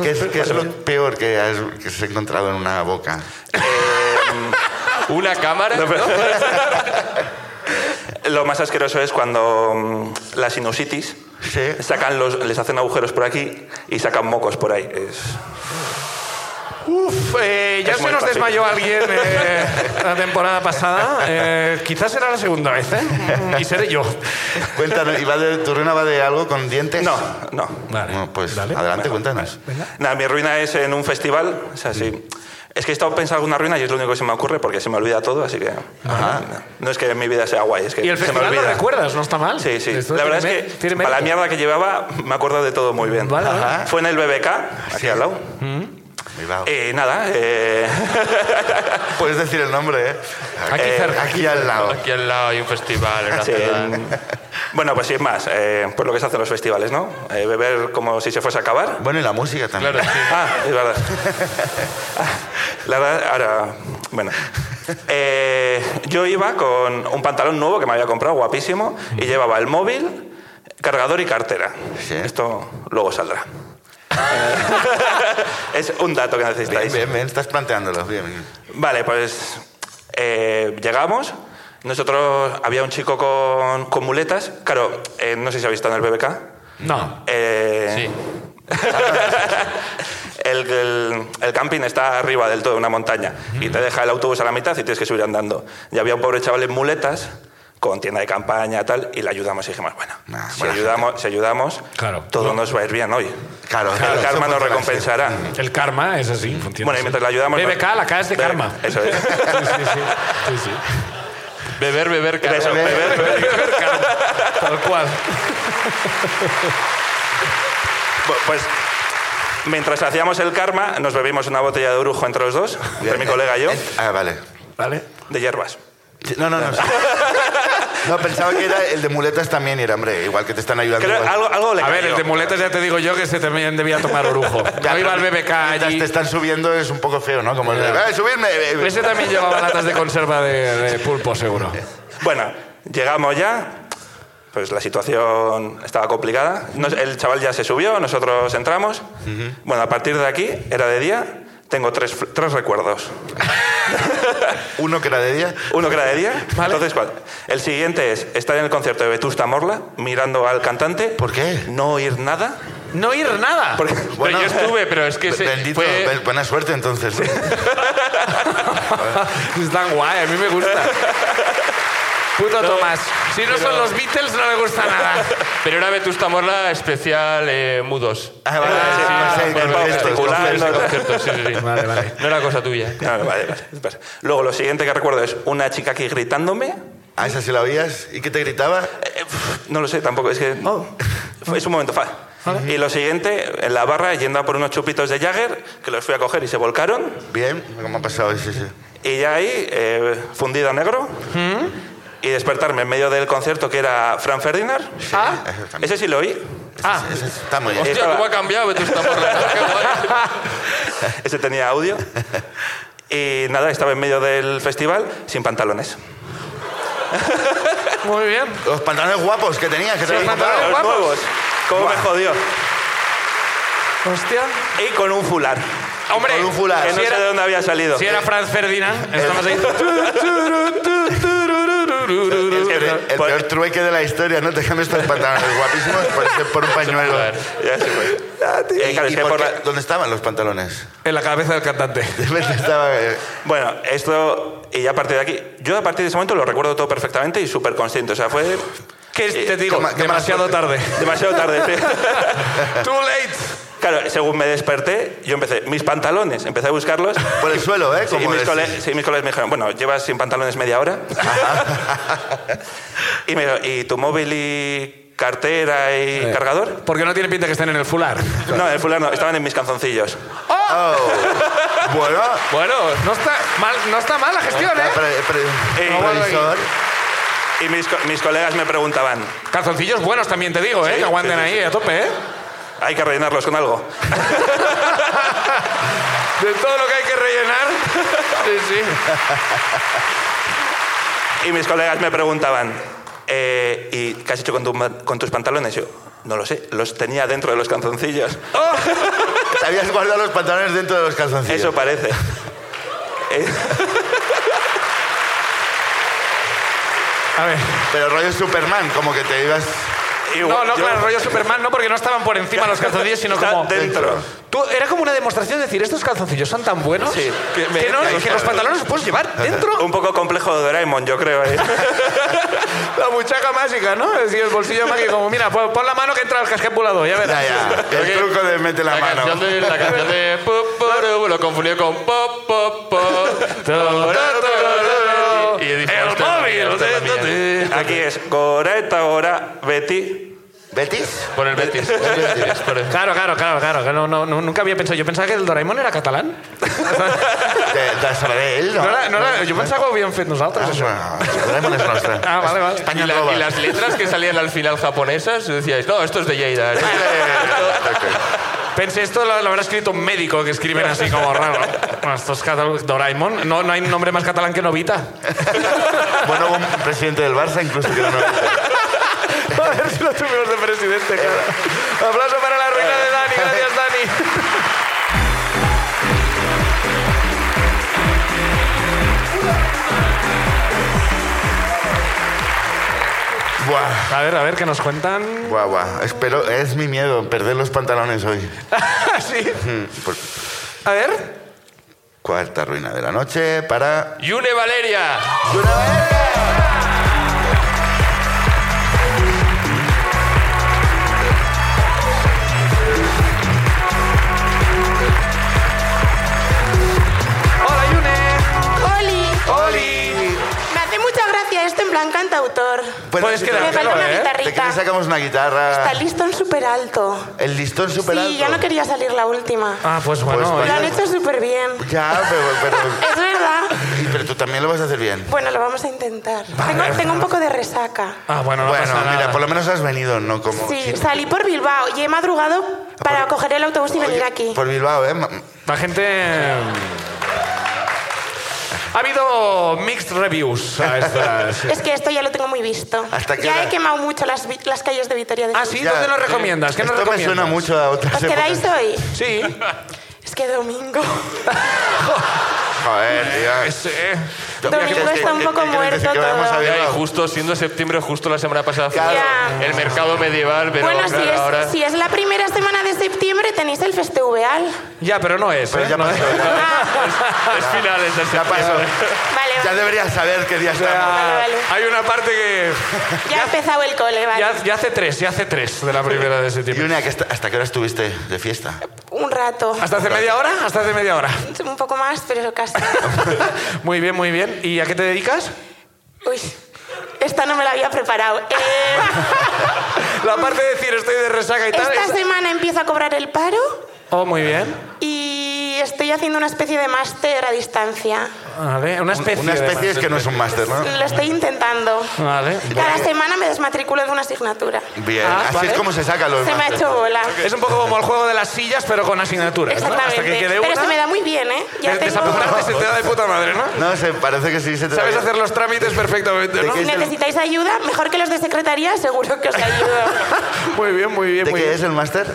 A: ¿Qué es, qué es lo peor que has, que has encontrado en una boca?
C: Una cámara. ¿no?
F: Lo más asqueroso es cuando mm, la sinusitis
A: Sí.
F: sacan los, les hacen agujeros por aquí y sacan mocos por ahí. Es-
B: Uf, eh, ya
F: Es
B: se
F: muy
B: nos
F: fácil.
B: desmayó alguien eh, la temporada pasada. Eh, quizás era la segunda vez, ¿eh? Y seré yo.
A: Cuéntanos, ¿y va de, ¿tu ruina va de algo con dientes?
F: No, no.
A: Bueno, pues
B: Dale.
A: adelante, cuéntanos.
F: Nada, mi ruina es en un festival. O sea, sí. Es que he estado pensando en una ruina y es lo único que se me ocurre porque se me olvida todo, así que... No, no es que mi vida sea guay, es que
B: Y el
F: se me
B: festival lo
F: olvida.
B: recuerdas, ¿no está mal?
F: Sí, sí.
B: Esto
F: La verdad
B: tiene
F: es
B: mé-
F: que
B: tiene
F: para la
B: mérito.
F: mierda que llevaba me acuerdo de todo muy bien.
B: Vale, vale.
A: Ajá.
F: Fue en el BBK, aquí al lado.
A: Bilbao.
F: Eh, nada, eh,
A: Puedes decir el nombre, ¿eh?
B: Aquí
A: Eh,
B: cerca.
A: Aquí al lado.
C: Aquí al lado hay un festival en la
F: Sí,
C: ciudad.
F: en- Bueno, pues sin más, eh, pues lo que se hace en los festivales, ¿no? Eh, beber como si se fuese a acabar.
A: Bueno, y la música también.
C: Claro, sí.
F: Ah, es verdad. Ah, La verdad, ahora, bueno. Eh, yo iba con un pantalón nuevo que me había comprado, guapísimo, y llevaba el móvil, cargador y cartera.
A: Sí.
F: Esto luego saldrá. Eh, es un dato que necesitáis.
A: Bien, bien, bien, estás planteándolo. Bien, bien.
F: Vale, pues eh, llegamos. Nosotros había un chico con, con muletas. Claro, eh, no sé si habéis estado en el BBK.
B: No.
F: Eh,
C: Sí.
F: el, el- el camping está arriba del todo, una montaña. Y te deja el autobús a la mitad y tienes que subir andando. Y había un pobre chaval en muletas con tienda de campaña tal y le ayudamos y dijimos bueno
A: Nah,
F: si
A: buena
F: ayudamos si ayudamos
B: Claro.
F: todo nos va a ir bien hoy
A: Claro,
F: el
A: claro,
F: karma
A: eso
F: nos
A: funciona
F: recompensará
B: El karma es así. funciona
F: bueno y
B: así.
F: mientras le ayudamos
B: BBK, la K es de
F: Ve-
B: karma.
F: eso es
B: Sí, sí, sí. Sí, sí.
C: Beber, beber, cara.
F: Eso, beber, beber.
B: Tal cual.
F: Bu- Pues mientras hacíamos el karma, nos bebimos una botella de orujo entre los dos,
A: Bien,
F: entre mi
A: bien.
F: colega y yo,
A: Eh, Ah, vale.
B: ¿Vale?
F: de hierbas.
A: Sí, No, no, no. sí. No, pensaba que era el de muletas también y era, hombre, igual que te están ayudando.
F: Creo
A: igual.
F: algo, algo le
B: A ver,
F: cayó.
B: el de muletas ya te digo yo que se también debía tomar orujo.
A: Ya,
B: No iba al
A: pero
B: BBK
A: mientras
B: allí.
A: te están subiendo es un poco feo, ¿no? Como el de,
B: Ya.
A: "Eh, subidme! eh, eh".
B: Ese también llevaba latas de conserva de, de pulpo, seguro.
F: Bueno, llegamos ya, pues la situación estaba complicada. Nos- el chaval ya se subió, nosotros entramos. Bueno, a partir de aquí, era de día, tengo tres, fl- tres recuerdos.
A: Uno que era de día.
F: Uno que era de día.
B: Vale.
F: Entonces, ¿cuál? El siguiente es estar en el concierto de Vetusta Morla, mirando al cantante.
A: ¿Por qué?
F: No oír nada.
B: No ir nada.
F: Porque,
A: Bueno,
C: yo estuve, pero es que se-
A: Bendito,
C: fue-
A: ben- buena suerte entonces.
B: Es tan guay, a mí me gusta. Puto Tomás. Si no son los Beatles, no le gusta nada.
C: Pero era Vetusta Morla especial eh, mudos.
A: Ah, vale,
C: Era-
A: sí, sí,
C: fue-
A: con
C: fue-
A: gestos, con
C: fue ese
F: gestos.
C: concierto, sí, sí, sí.
B: Vale, vale.
C: No era cosa tuya.
F: No, vale, vale, espera. Luego, lo siguiente que recuerdo es una chica aquí gritándome.
A: ¿A Ah, esa sí la oías? ¿Y qué te gritaba?
F: Eh, pf, no lo sé, tampoco. Es que. fue- Es un momento fácil. Y lo siguiente, en la barra, yendo a por unos chupitos de Jagger, que los fui a coger y se volcaron.
A: Bien, ¿cómo ha pasado? Sí, sí.
F: Y ya ahí, eh, fundida negro. Y despertarme en medio del concierto que era Fran Ferdinand.
B: Ah,
F: Ese sí lo oí.
B: ah.
A: Ese- ese Está muy bien.
F: Eh,
C: Hostia,
F: Estaba-
C: ¿cómo ha cambiado Vetusta Morla? ¿no? Qué guay.
F: Ese tenía audio. Y nada, estaba en medio del festival sin pantalones.
B: Muy bien.
A: Los pantalones guapos que tenías, que te
B: Sí,
A: habías
B: pantalones
A: comprado.
F: Los
B: guapos.
F: nuevos. ¿Cómo me jodió?
B: Hostia.
F: Y con un fular.
B: Hombre,
A: Con un fular.
F: Que no
B: si
F: sé de
B: era,
F: dónde había salido. Eh,
B: si era Franz Ferdinand, estamos ahí.
A: El, el- el
F: Por-
A: peor trueque de la historia, ¿no? Te cambias estos pantalones guapísimos por, este- por un pañuelo.
F: Ya se fue. Eh, claro, es
A: ¿Y
F: que
A: por
F: por
A: qué-
F: la-
A: ¿Dónde estaban los pantalones?
B: En la cabeza del cantante.
A: De repente estaba... eh,
F: Bueno, esto, y ya a partir de aquí, yo a partir de ese momento lo recuerdo todo perfectamente y súper consciente. O sea, fue
B: Eh, ¿Qué es- te digo?
A: qué ma- qué mala
B: demasiado tarde.
F: demasiado tarde. sí.
B: Too late.
F: Claro, según me desperté, yo empecé, mis pantalones, empecé a buscarlos.
A: por el suelo, ¿eh?
F: Sí, y
A: Como
F: mis,
A: decís.
F: cole- sí, mis colegas me dijeron, bueno, llevas sin pantalones media hora. y me dijeron, ¿y tu móvil y cartera y cargador?
B: Porque no tiene pinta que estén en el fular.
F: No, el fulano, estaban en mis canzoncillos.
B: ¡Oh!
A: Oh. Bueno,
B: Bueno, no está mal, no está mal la gestión,
A: ya,
B: ¿eh?
A: pre- pre-
F: Eh,
A: previsor.
F: Y mis, co- mis colegas me preguntaban,
B: Calzoncillos buenos también te digo, ¿eh?
F: Sí,
B: que aguanten
F: sí, sí,
B: ahí
F: sí.
B: a tope, ¿eh?
F: hay que rellenarlos con algo.
B: De todo lo que hay que rellenar. sí, sí.
F: Y mis colegas me preguntaban, eh, ¿y qué has hecho con, tu ma- con tus pantalones? Yo, no lo sé, los tenía dentro de los calzoncillos.
B: Oh,
A: Te habías guardado los pantalones dentro de los calzoncillos.
F: Eso parece. Eh,
B: A ver.
A: Pero rollo Superman, como que te ibas...
B: No,
F: igual-
B: no,
F: yo-
B: claro, rollo Superman, no porque no estaban por encima los calzoncillos, sino
F: Está
B: como.
F: dentro.
B: Tú, era como una demostración de decir, estos calzoncillos son tan buenos
F: Sí,
B: que,
F: que me-
B: que no-
F: me-
B: que los pantalones los puedes llevar dentro.
F: Un poco complejo de Doraemon, yo creo. eh.
B: La muchaca mágica, ¿no? Es decir, el bolsillo mágico, como, mira, pon, pon la mano que entra el casquete volador, ya verás.
A: Ya, ya.
C: Oye,
A: El truco de mete la,
C: La
A: mano.
C: canción de, la canción de pop, poro, lo confundí con pop, pop, pop. to, to, to, to. Y dije, "Este,
B: el
C: "Esta es la mía,
B: móvil. este,
C: esta es la
B: te-
C: mía".
B: te-
F: Aquí es Goreta, Gora, Betty.
A: ¿Betis?
C: Por el Betis. Es por el-
B: Claro, claro, claro, claro. que No, no, no, nunca había pensado. Yo pensaba que el Doraemon era catalán.
A: De, de Sabadell, ¿eh? no?
B: No era, no era, yo pensaba que ho havíem fet nosaltres,
A: Ah,
B: això.
A: bueno, Doraemon es nostre.
B: Ah, vale, vale.
A: España
C: Y, la-
A: roba.
C: y las letras que salían al final japonesas, decíais, no, esto es de Lleida. ¿eh?".
B: Pensé, esto lo, lo habrá escrito un médico que escriben así como raro. Bueno, esto es catalán. Doraemon. No, no hay nombre más catalán que Novita.
A: Bueno, hubo un presidente del Barça incluso que no...
B: A ver si lo tuvimos de presidente, claro. Aplauso para la ruina de Dani. Gracias, Dani.
A: Buah,
B: A ver, a ver, ¿qué nos cuentan?
A: buah, buah. Espero, es mi miedo, perder los pantalones hoy.
B: sí.
A: Mm, por-
B: A ver.
A: Cuarta ruina de la noche para...
C: Yune Valeria.
B: Hola, Yune.
G: ¡Oli!
B: Oli.
G: Me hace mucha gracia esto en plan cantautor.
A: Bueno,
B: Puedes
A: si te-
G: Me
B: quedar.
G: falta
B: Claro,
G: una
B: ¿eh?
A: ¿De qué
G: guitarrita.
A: le sacamos una
G: Está
A: guitarra?
G: el listón súper alto.
A: El listón super
G: Sí, yo no quería salir la última.
B: Ah, pues
A: Pues
B: bueno.
G: Lo
A: vaya.
G: han hecho súper bien.
A: Ya, pero, pero,
G: Es verdad.
A: y- pero tú también lo vas a hacer bien.
G: Bueno, lo vamos a intentar. Tengo, tengo un poco de resaca.
B: Ah, bueno, no
A: bueno,
B: pasa nada.
A: mira, por lo menos has venido, ¿no? Como,
G: Sí, salí por Bilbao y he madrugado para coger el autobús y venir aquí.
A: Por Bilbao, ¿eh? Ma-
B: La gente. mm, Ha habido mixed reviews a estas.
G: Es que esto ya lo tengo muy visto.
A: ¿Hasta qué
G: Ya
A: hora?
G: he quemado mucho las, vi- las calles de Vitoria de
B: Ah,
G: Gijón.
B: sí,
A: Ya. eh,
B: ¿dónde nos recomiendas? ¿Qué nos
A: Esto me
B: recomiendas?
A: suena mucho a otras
G: ¿Os quedáis
A: épocas.
G: hoy?
B: Sí.
G: Es que domingo.
A: Joder, tío.
B: Es, eh,
G: Domingo
A: Es que-
G: está un
A: ¿qué-
G: poco
A: qué quieres decir,
G: muerto
A: que vamos a
G: todo.
A: ver?
C: Ya, y justo siendo septiembre, justo la semana pasada fue
G: Ya.
C: el mercado medieval, pero
G: Ah. bueno, si
C: claro,
G: es,
C: ahora...
G: si es la primera semana de septiembre, tenéis el festival.
B: ya, pero no es.
A: Pero
B: ¿eh?
A: ya
B: No
A: pasó,
B: es.
A: ya,
C: Es finales de
A: ya pasó.
G: Vale,
A: Ya
G: vale.
A: deberías saber qué día
B: ¿eh? O sea,
A: estamos.
G: vale.
B: Hay una parte que.
G: ya, ha empezado el cole, vale.
B: Ya, ya hace tres, ya hace tres de la primera de
A: Y
B: septiembre.
A: una, que hasta, ¿hasta qué hora estuviste de fiesta?
G: Un rato.
B: ¿Hasta hace media hora? Hasta hace media hora.
G: Un poco más, pero casi.
B: Muy bien, muy bien. ¿Y a qué te dedicas?
G: Uy, esta no me la había preparado. Eh,
B: La parte de decir estoy de resaca y tal.
G: esta
B: es-
G: semana empiezo a cobrar el paro
B: Oh, muy bien.
G: y estoy haciendo una especie de máster a distancia.
B: Vale, una especie.
A: Una
B: de-
A: especie es que no es un máster, ¿no?
G: Lo estoy intentando.
B: Ah. Vale.
G: Cada semana me desmatriculo de una asignatura.
A: Bien,
B: Ah,
A: así
B: vale.
A: es como se saca los
G: Se me ha
A: másteres.
G: hecho bola.
B: Es un poco como el juego de las sillas, pero con asignaturas. ¿no? Hasta que
G: Exactamente.
B: quede
G: Pero
B: una.
G: se me da muy bien, ¿eh? Ya
B: Des-
G: tengo...
B: Desapuntarte se te da de puta madre, ¿no?
A: No sé, parece que sí se te da
B: Sabes
A: bien.
B: hacer los trámites perfectamente, ¿no?
A: ¿De
G: Si necesitáis ayuda, mejor que los de secretaría, seguro que os ayudo.
B: Muy bien, muy bien,
A: ¿De
B: muy
A: qué
B: bien.
A: es el máster?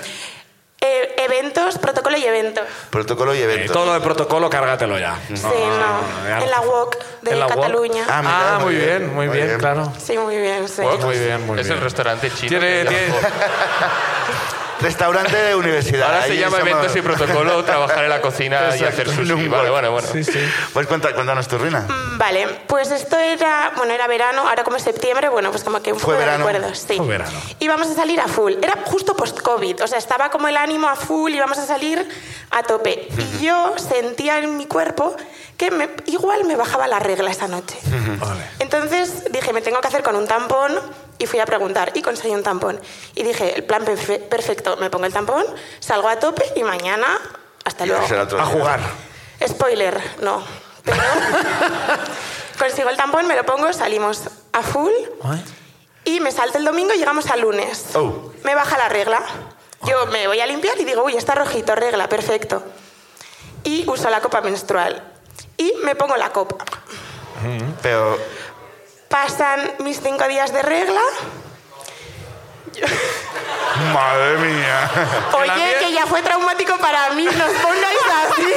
G: Eh, eventos, protocolo y eventos.
A: Protocolo y
B: Eh,
A: eventos.
B: Todo lo de protocolo, cárgatelo ya.
G: Sí, no.
B: ya.
G: En la WOC de
B: En la UOC.
G: Cataluña.
A: Ah, mira,
B: Ah, muy bien, muy bien, claro.
G: Sí, muy bien, sí.
C: Wok.
B: Muy bien, muy
C: es
B: bien.
C: el restaurante chino.
B: Tiene-
C: que
B: tiene-
C: ya-
A: Restaurante de universidad.
C: Ahora se
A: Ahí
C: llama
A: somos-
C: eventos y protocolo, trabajar en la cocina y
A: Exacto,
C: hacer sushi.
A: nunca.
C: Vale, bueno, bueno.
A: Pues cuenta- cuéntanos tu ruina.
G: Mm, Vale, pues esto era, bueno, era verano, ahora como es septiembre, bueno, pues como que un poco
A: Fue
G: de
A: verano.
G: recuerdos, sí.
B: Fue verano.
G: Íbamos a salir a full, era justo post-COVID, o sea, estaba como el ánimo a full, íbamos a salir a tope. Y yo sentía en mi cuerpo que me- igual me bajaba la regla esa noche.
B: Vale.
G: Entonces dije, me tengo que hacer con un tampón y fui a preguntar y conseguí un tampón. Y dije, el plan perfe- perfecto, me pongo el tampón, salgo a tope y mañana a Hasta
A: Ya
G: luego.
A: será otro
B: A
A: día.
B: jugar.
G: Spoiler, no. Pero consigo el tampón, me lo pongo, salimos a full y me salta el domingo y llegamos al lunes.
A: Oh.
G: Me baja la regla. Yo me voy a limpiar y digo, uy, está rojito, regla, perfecto. Y uso la copa menstrual. Y me pongo la copa.
A: Pero
G: Pasan mis cinco días de regla.
A: Madre mía.
G: Oye, que ya fue traumático para mí, nos pongáis así.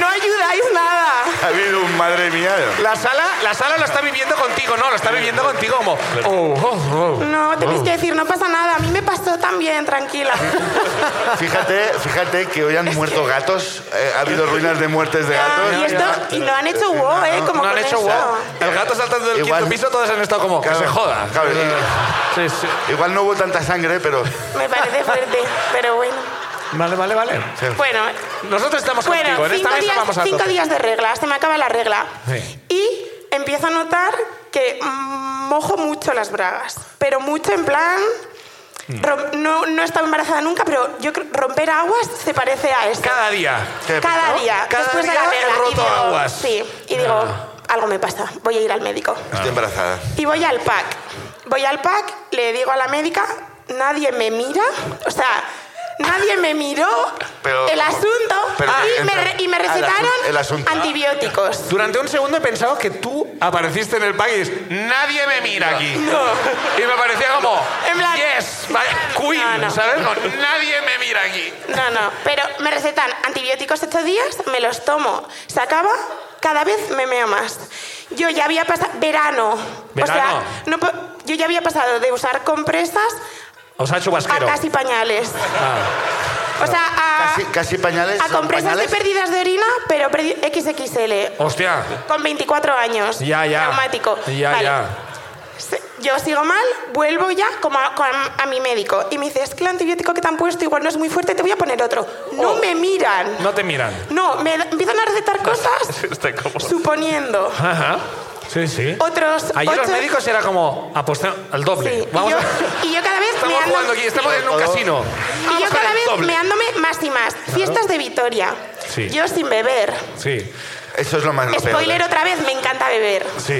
G: No ayudáis nada.
A: Ha habido un madre mía.
B: La sala, la sala lo está viviendo contigo, no, lo está viviendo contigo como. Oh, oh, oh.
G: No, tenéis que decir, no pasa nada. A mí me pasó también, tranquila.
A: Fíjate, fíjate que hoy han muerto gatos. eh, ha habido ruinas de muertes de gatos.
G: y esto, y lo han hecho wow, ¿eh? Como
B: No han
G: con
B: hecho
G: eso.
B: wow. El gato saltando del
A: Igual-
B: quinto piso, todos han estado como. Que
A: Claro,
B: se joda. Eh,
A: claro,
B: Sí, sí.
A: Igual no hubo tanta sangre, pero.
C: Ah.
G: Me parece fuerte, pero bueno.
B: Vale, vale, vale.
G: Bueno,
B: Nosotros estamos
G: bueno
B: contigo. En esta
G: cinco,
B: mesa
G: días,
B: vamos a
G: cinco
B: tope.
G: días de regla, se me acaba la regla.
B: Sí.
G: Y empiezo a notar que mm, mojo mucho las bragas, pero mucho en plan...
B: Mm.
G: rom- No, no he estado embarazada nunca, pero yo creo romper aguas se parece a esto.
B: Cada día.
G: Cada día,
B: Cada
G: después de
B: día
G: la
B: he
G: regla. y
B: roto
G: digo,
B: aguas. Ah.
G: Sí, y digo, algo me pasa, voy a ir al médico.
A: Estoy embarazada.
G: Y voy al PAC. Voy al PAC, le digo a la médica, nadie me mira, o sea, nadie me miró
A: Pero-
G: el asunto
A: pero
G: y,
A: entra-
G: me, re- y me
A: al asu-
G: recetaron
A: el asunto.
G: antibióticos.
B: Durante un segundo he pensado que tú apareciste en el país. Nadie me mira aquí. Y me parecía como.
G: En plan-
B: Yes, vaya- Queen,
G: No, no.
B: ¿sabes? Como, Nadie me mira aquí.
G: No, no, pero me recetan antibióticos ocho días, me los tomo, se acaba, cada vez me meo más. Yo ya había pasado verano, o
B: ¿Verano?
G: sea, no po- yo ya había pasado de usar compresas
B: Os ha hecho
G: a
B: vasquero.
G: casi pañales. o sea, a,
A: Casi, casi pañales.
G: a
A: son
G: compresas
A: pañales.
G: de pérdidas de orina, pero perdi- XXL.
B: Hostia.
G: Con 24 años.
B: Ya, ya.
G: Traumático.
B: Ya,
G: Vale.
B: ya.
G: Se- Yo sigo mal, vuelvo ya como a, con- a mi médico. Y me dice, es que el antibiótico que te han puesto igual no es muy fuerte, te voy a poner otro. No
B: Oh.
G: me miran.
B: No te miran.
G: No, me da- empiezan a recetar cosas
C: Está como...
G: suponiendo.
B: Ajá. Sí, sí.
G: Otros
B: Ayer los
G: ocho-
B: médicos era como apostar al
G: Sí.
B: doble.
G: Y,
B: Vamos
G: yo,
B: a-
G: y yo cada vez
B: Estamos
G: me ando...
B: jugando aquí, estamos en un casino.
G: Y
B: Vamos
G: yo
B: a ver
G: cada
B: el
G: vez
B: doble.
G: meándome más y más. Fiestas de Vitoria.
B: Sí.
G: Yo sin beber.
B: Sí,
A: Eso es lo más. lo peor.
G: Spoiler otra vez, me encanta beber.
B: sí.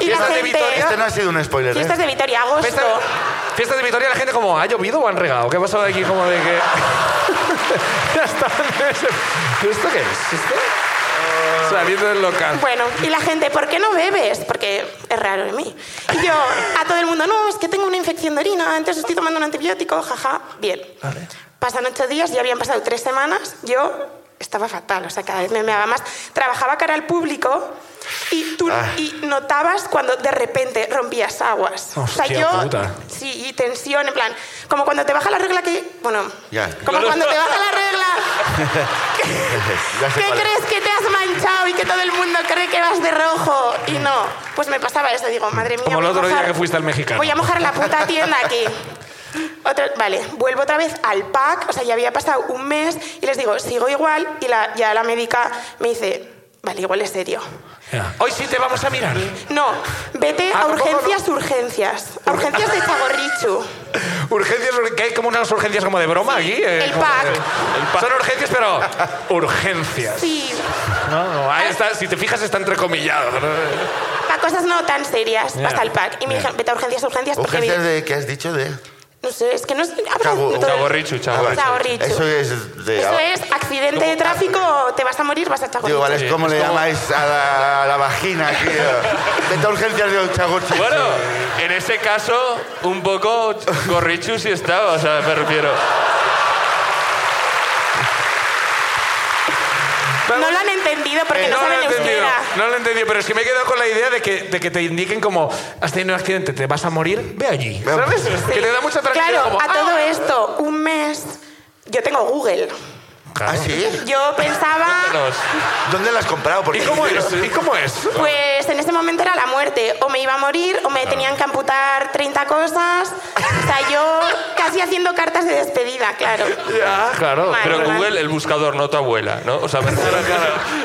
G: Y la
B: Fiestas de
G: gente...
B: Vitoria,
A: Este no ha sido un spoiler. ¿eh?
G: Fiestas de Vitoria, agosto.
B: Fiesta, fiesta de Vitoria, la gente como, ¿ha llovido o han regado? ¿Qué ha pasado aquí? Como de que... ya está. ¿Esto qué es? ¿Esto?
G: Oh.
B: Saliendo del local.
G: Bueno, y la gente, ¿por qué no bebes? Porque es raro en mí. Y yo, a todo el mundo, no, es que tengo una infección de orina, entonces estoy tomando un antibiótico, jaja, bien. Pasan ocho días, ya habían pasado tres semanas, yo estaba fatal, o sea, cada vez me meaba más. Trabajaba cara al público y tú
B: Ah.
G: y notabas cuando de repente rompías aguas. o
B: Hostia
G: sea, yo,
B: puta.
G: sí, y tensión, en plan, como cuando te baja la regla que, bueno,
A: Ya.
G: como cuando te baja la regla
A: Ya sé
G: ¿Qué
A: cuál es.
G: crees que te has manchado y que todo el mundo cree que vas de rojo? Y no, pues me pasaba eso. Digo, madre mía.
B: Como el
G: voy a
B: otro día
G: mojar-
B: que fuiste al mexicano.
G: Voy a mojar la puta tienda aquí. Otro- vale, vuelvo otra vez al pack, o sea, ya había pasado un mes y les digo, sigo igual y la, ya la médica me dice, vale, igual es serio.
B: Ya. Hoy sí te vamos a mirar.
G: No, vete
B: Ah,
G: a
B: tampoco,
G: urgencias, urgencias. A urgencias de Chagorrichu.
B: Urgencias, que hay como unas urgencias como de broma aquí. eh,
G: el
B: como
G: pack.
B: de- Son urgencias, pero urgencias.
G: Sí,
B: No, no, ahí está, si te fijas está entrecomillado.
G: para cosas no tan serias,
B: Ya.
G: hasta el pack. Y me
B: Ya.
G: dijeron, vete a urgencias, urgencias, porque...
A: Urgencias
G: vi-
A: de qué has dicho de.
G: No sé, es que no es...
A: Chago-
C: Chaborrichu, chaborrichu.
G: Chaborrichu.
A: Eso es
B: eh,
A: de.
G: Ah,
B: ah,
G: Eso es accidente de tráfico, te vas a morir, vas a estar
A: Digo,
G: jodido.
A: vale, es como le llamáis a la, a la vagina aquí. eh. Vete a urgencias de Ochagochi.
C: Bueno, en ese caso, un poco gorrichu sí estaba, o sea, me refiero.
G: No lo han entendido porque no,
B: Eh, no
G: saben
B: lo he entendido,
G: euskera.
B: no lo he entendido, pero es que me he quedado con la idea de que, de que te indiquen como has tenido un accidente, te vas a morir, ve allí.
A: Ve-
B: ¿Sabes? Que te da mucha tranquilidad.
G: Claro,
B: como, "Ah".
G: a todo esto, un mes... Yo tengo Google.
A: ¿Ah, sí?
G: Yo pensaba,
C: Cuéntanos.
A: ¿Dónde las has comprado?
B: ¿Y
A: Porque
B: cómo es? ¿Y cómo es?
G: pues en ese momento era la muerte. O me iba a morir, o me tenían que amputar 30 cosas. O sea, yo casi haciendo cartas de despedida, claro.
B: Ya, claro.
G: Mal,
C: Pero
G: mal.
C: Google, el buscador, no tu abuela, ¿no? O sea, me refiero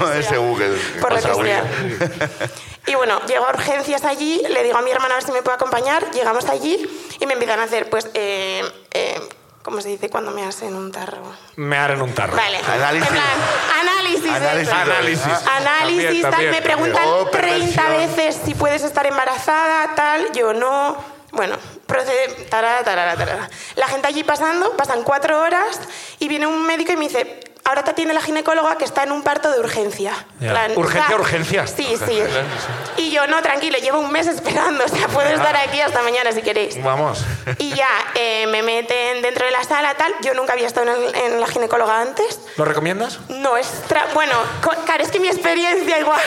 A: No, ese Google.
G: Por lo
A: Pasa
G: que
A: Google.
G: sea. Y bueno, llego a urgencias allí, le digo a mi hermana a ver si me puede acompañar, llegamos allí y me empiezan a hacer, pues, eh, eh, ¿Cómo se dice cuando me hacen un tarro?
B: Me harán un tarro.
G: Vale.
A: Análisis.
G: En plan, análisis.
A: Análisis.
G: eso.
B: Análisis.
G: Análisis,
B: También,
G: tal.
B: también,
G: me preguntan
A: también. Oh,
G: 30
A: perversión.
G: veces si puedes estar embarazada, tal. Yo no. Bueno, procede. Tarara, tarara, tarara. La gente allí pasando, pasan cuatro horas y viene un médico y me dice. Ahora te atiende la ginecóloga que está en un parto de urgencia.
B: Ya.
G: En plan,
B: Urgencia,
G: ya.
B: urgencia.
G: Sí, sí. Y yo, no, tranquilo, llevo un mes esperando. O sea, puedo estar aquí hasta mañana si queréis.
B: Vamos.
G: Y ya eh, me meten dentro de la sala, tal. Yo nunca había estado en, el- en la ginecóloga antes.
B: ¿Lo recomiendas?
G: No es. tra- bueno, co- claro, es que mi experiencia igual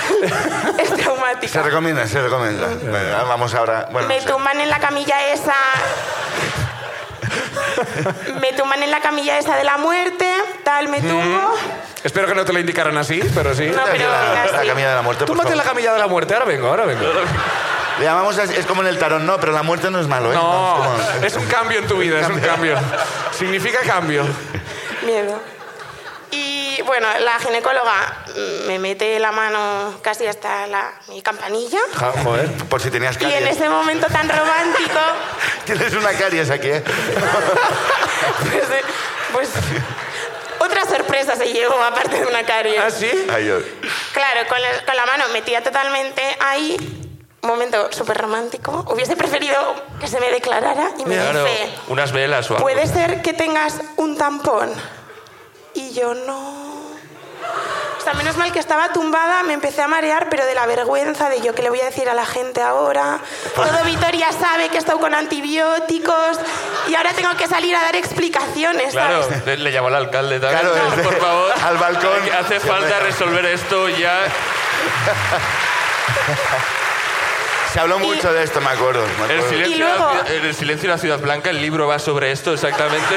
G: es
A: Se
G: traumática.
A: recomienda, se recomienda. Bueno, vamos ahora. Bueno,
G: Me
A: no sé.
G: tumban en la camilla esa. Me tumban en la camilla esa de la muerte, tal, me tumbo.
B: Espero que no te lo indicaran así, pero sí.
G: No, pero
A: la, la
G: así.
A: camilla de la muerte. por
B: Túmbate en la
A: favor.
B: camilla de la muerte, ahora vengo, ahora vengo.
A: Le llamamos, a- es como en el tarón, no, pero la muerte no es malo, ¿eh?
B: No,
A: es como-
B: es un cambio en tu vida, es un cambio. Significa cambio.
G: Miedo. Y bueno, la ginecóloga mm, me mete la mano casi hasta la, mi campanilla.
A: Ja, joder, por si tenías
G: Y en
A: caries.
G: ese momento tan romántico,
A: Tienes una caries aquí, ¿eh?
G: pues, eh, pues otra sorpresa se llevó, aparte de una caries.
B: ¿Ah, sí?
A: Ay, yo-
G: Claro, con la, con la mano metida totalmente ahí. Momento súper romántico. Hubiese preferido que se me declarara y me
C: Claro,
G: dice,
C: unas velas o algo.
G: ¿puede ser que tengas un tampón? Y yo no... O sea, menos mal que estaba tumbada, me empecé a marear, pero de la vergüenza de yo que le voy a decir a la gente ahora. Todo Vitoria sabe que he estado con antibióticos y ahora tengo que salir a dar explicaciones.
C: Claro,
G: ¿sabes?
C: le, le llamó al alcalde tal.
A: Claro,
C: No,
A: el de-
C: por favor.
A: al balcón.
C: Hace falta resolver esto ya.
A: Se habló mucho de esto, me acuerdo. me
C: El
A: acuerdo.
C: silencio,
G: Y luego-
C: en la ciudad- en el silencio en la Ciudad Blanca, el libro va sobre esto exactamente.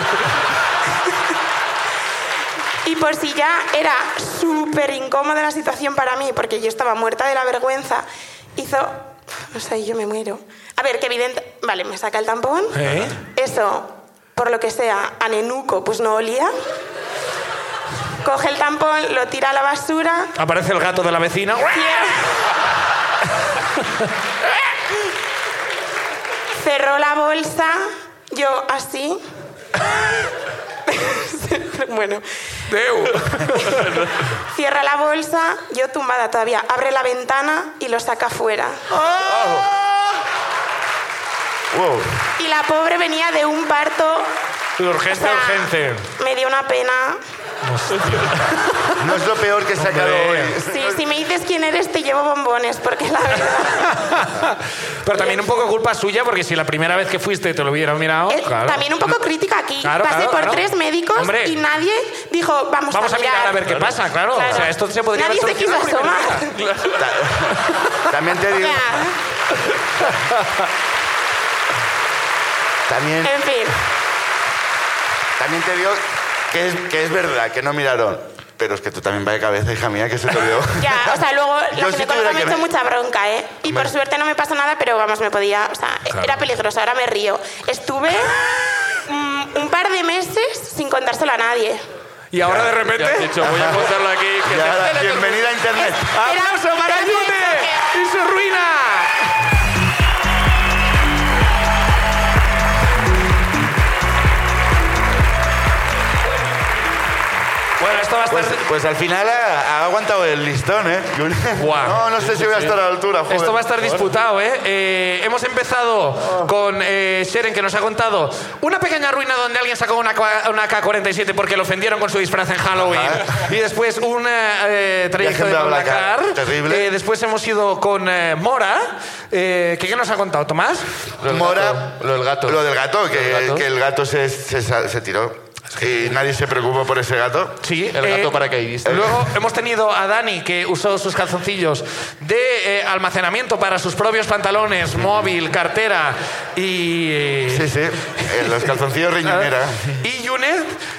G: Y por si ya era súper incómoda la situación para mí, porque yo estaba muerta de la vergüenza, hizo... No sé, yo me muero. A ver, que evidente... Vale, me saca el tampón.
B: ¿Eh?
G: Eso, por lo que sea, a nenuco, pues no olía. Coge el tampón, lo tira a la basura.
B: Aparece el gato de la vecina.
G: cierra- Cerró la bolsa, yo así. bueno,
B: Deu.
G: Cierra la bolsa, yo tumbada todavía, abre la ventana y lo saca fuera.
B: ¡Oh!
A: Wow.
G: Y la pobre venía de un parto. o
B: Urgente,
G: sea,
B: urgente.
G: Me dio una pena.
A: No es lo peor que he sacado hoy.
B: Hombre.
G: Sí, si me dices quién eres, te llevo bombones, porque la verdad.
B: Pero también un poco culpa suya, porque si la primera vez que fuiste te lo hubieran mirado.
G: Eh,
B: claro.
G: También un poco crítica aquí.
B: Claro,
G: Pasé
B: claro,
G: por
B: claro.
G: tres médicos
B: Hombre.
G: y nadie dijo, vamos,
B: Vamos a mirar a ver qué pasa, claro.
G: Claro.
B: O sea, esto se podría
G: Nadie
B: haber
G: se quiso
B: solucionado la primera
G: asomar.
B: vez.
A: Ta- También te
G: O
A: digo,
G: sea,
A: también,
G: en fin.
A: también te digo que es, que es verdad que no miraron. Pero es que tú también va de cabeza, hija mía, que se te olvidó.
G: Ya, o sea, luego
A: Yo
G: la
A: sí
G: ginecóloga
A: tuviera
G: me
A: que
G: echó
A: ver-
G: mucha bronca, ¿eh? Y por suerte no me pasó nada, pero vamos, me podía. O sea, era peligroso, ahora me río. Estuve mm, un par de meses sin contárselo a nadie.
B: Y ahora de
C: Ya has
B: repente.
C: dicho, voy a contarlo aquí. Que
A: Y
C: se
A: ahora,
C: entere todo el mundo.
A: bienvenida a Internet.
B: ¡Aplauso para
G: Era-
B: Yute y su ruina! Bueno, esto va a
A: Pues,
B: estar,
A: pues al final ha, ha aguantado el listón, ¿eh?
B: Guau.
A: No, no sé si voy a estar a la altura, joder.
B: esto va a estar disputado, ¿eh? Eh, Hemos empezado con eh, Sheren, que nos ha contado una pequeña ruina donde alguien sacó una, cua- una K-47 porque lo ofendieron con su disfraz en Halloween.
A: Ajá.
B: Y después un eh, eh, trayecto
A: Viaje en
B: de
A: BlaBlaCar,
B: Blablacar.
A: terrible.
B: Eh, después hemos ido con eh, Mora. Eh, ¿qué, qué nos ha contado, Tomás?
C: Lo del
A: Mora,
C: gato, lo del gato.
A: Lo del gato, que,
C: Lo del gato.
A: que el gato se, se, sa- se tiró. Y nadie se preocupó por ese gato.
B: Sí, eh,
C: El gato paracaidista.
B: Luego hemos tenido a Dani que usó sus calzoncillos de eh, almacenamiento para sus propios pantalones, móvil, cartera y. eh,
A: Sí, sí. Eh, Los calzoncillos riñonera.
B: Y Yune,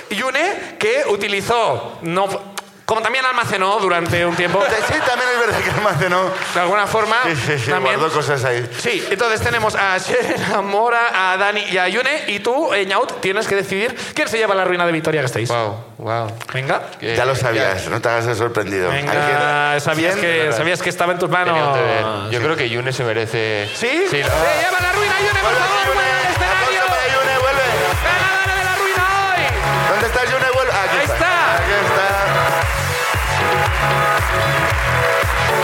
B: Yune que utilizó, no, como también almacenó durante un tiempo,
A: Sí, también es verdad que almacenó.
B: de alguna forma,
A: Sí, sí, sí,
B: también.
A: guardó cosas ahí.
B: Sí, entonces tenemos a Sharon, a Mora, a Dani y a Yune. Y tú, eh, Ñaut, tienes que decidir quién se lleva la ruina de Victoria Gasteiz.
C: Wow, wow.
B: Venga.
C: Que-
A: ya lo sabías, no te hagas el sorprendido.
B: Venga,
A: Hay
B: sabías
A: ¿Quién?
B: que, sabías que estaba en tus manos.
C: tenía un deber. Yo creo que Yune se merece.
B: ¿Sí?
C: Sí,
B: ¡Se
C: lo-
B: lleva la ruina, Yune, por
A: Vuelve,
B: favor!
A: Yune.
B: ¡Vuelve al escenario!
A: Aplauso para Yune, vuelve.
B: ¡Ganadora de la ruina!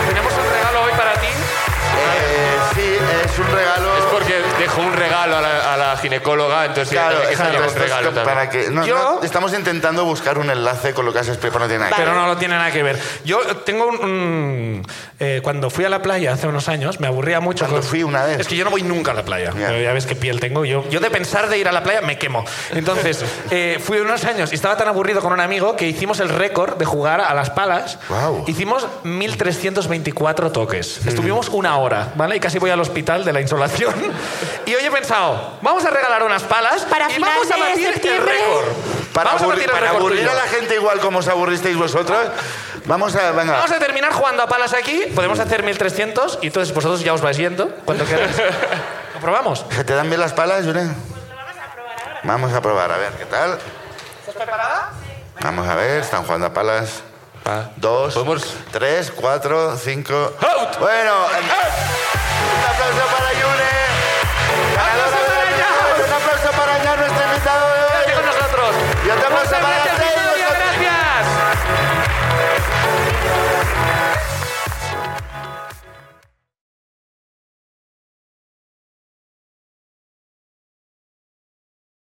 C: Tenemos un regalo hoy para ti.
A: Eh, sí, es un regalo.
C: Es porque dejó un regalo a la, a la ginecóloga, entonces ella
A: Claro,
C: también que se
A: exacto,
C: lleva un
A: esto es
C: regalo
A: que-
C: también.
A: para que. no,
B: Yo-
A: no, estamos intentando buscar un enlace con lo que has explicado, pero no tiene nada que
B: Pero no, no tiene nada que ver. Yo tengo un... un- eh, cuando fui a la playa hace unos años, me aburría mucho.
A: Cuando fui una vez.
B: Es que yo no voy nunca a la playa.
A: Ya.
B: Pero ya ves qué piel tengo. Yo, yo de pensar de ir a la playa me quemo. Entonces, eh, fui unos años y estaba tan aburrido con un amigo que hicimos el récord de jugar a las palas.
A: Guau. Mm.
B: Hicimos 1.324 toques. Estuvimos una hora, ¿vale? Y casi voy al hospital de la insolación. Y hoy he pensado, vamos a regalar unas palas
G: Para
B: y vamos a
G: finales de
B: batir el
G: septiembre.
B: récord.
A: Para,
B: vamos a
A: aburri-
B: batir el
A: para
B: récord
A: aburrir
B: tuyo.
A: a la gente igual como os aburristeis vosotros, vamos a. Venga.
B: Vamos a terminar jugando a palas aquí. Podemos hacer 1300 y entonces vosotros ya os vais yendo cuando queráis. ¿Lo probamos?
A: ¿Que ¿Te dan bien las palas, Julen? Vamos a probar, a ver, ¿qué tal? ¿Estás preparada? Vamos a ver, están jugando a palas.
C: Ah.
A: Dos,
C: Podemos-
A: tres, cuatro, cinco.
C: ¡Out!
A: Bueno, eh, un aplauso para Julen.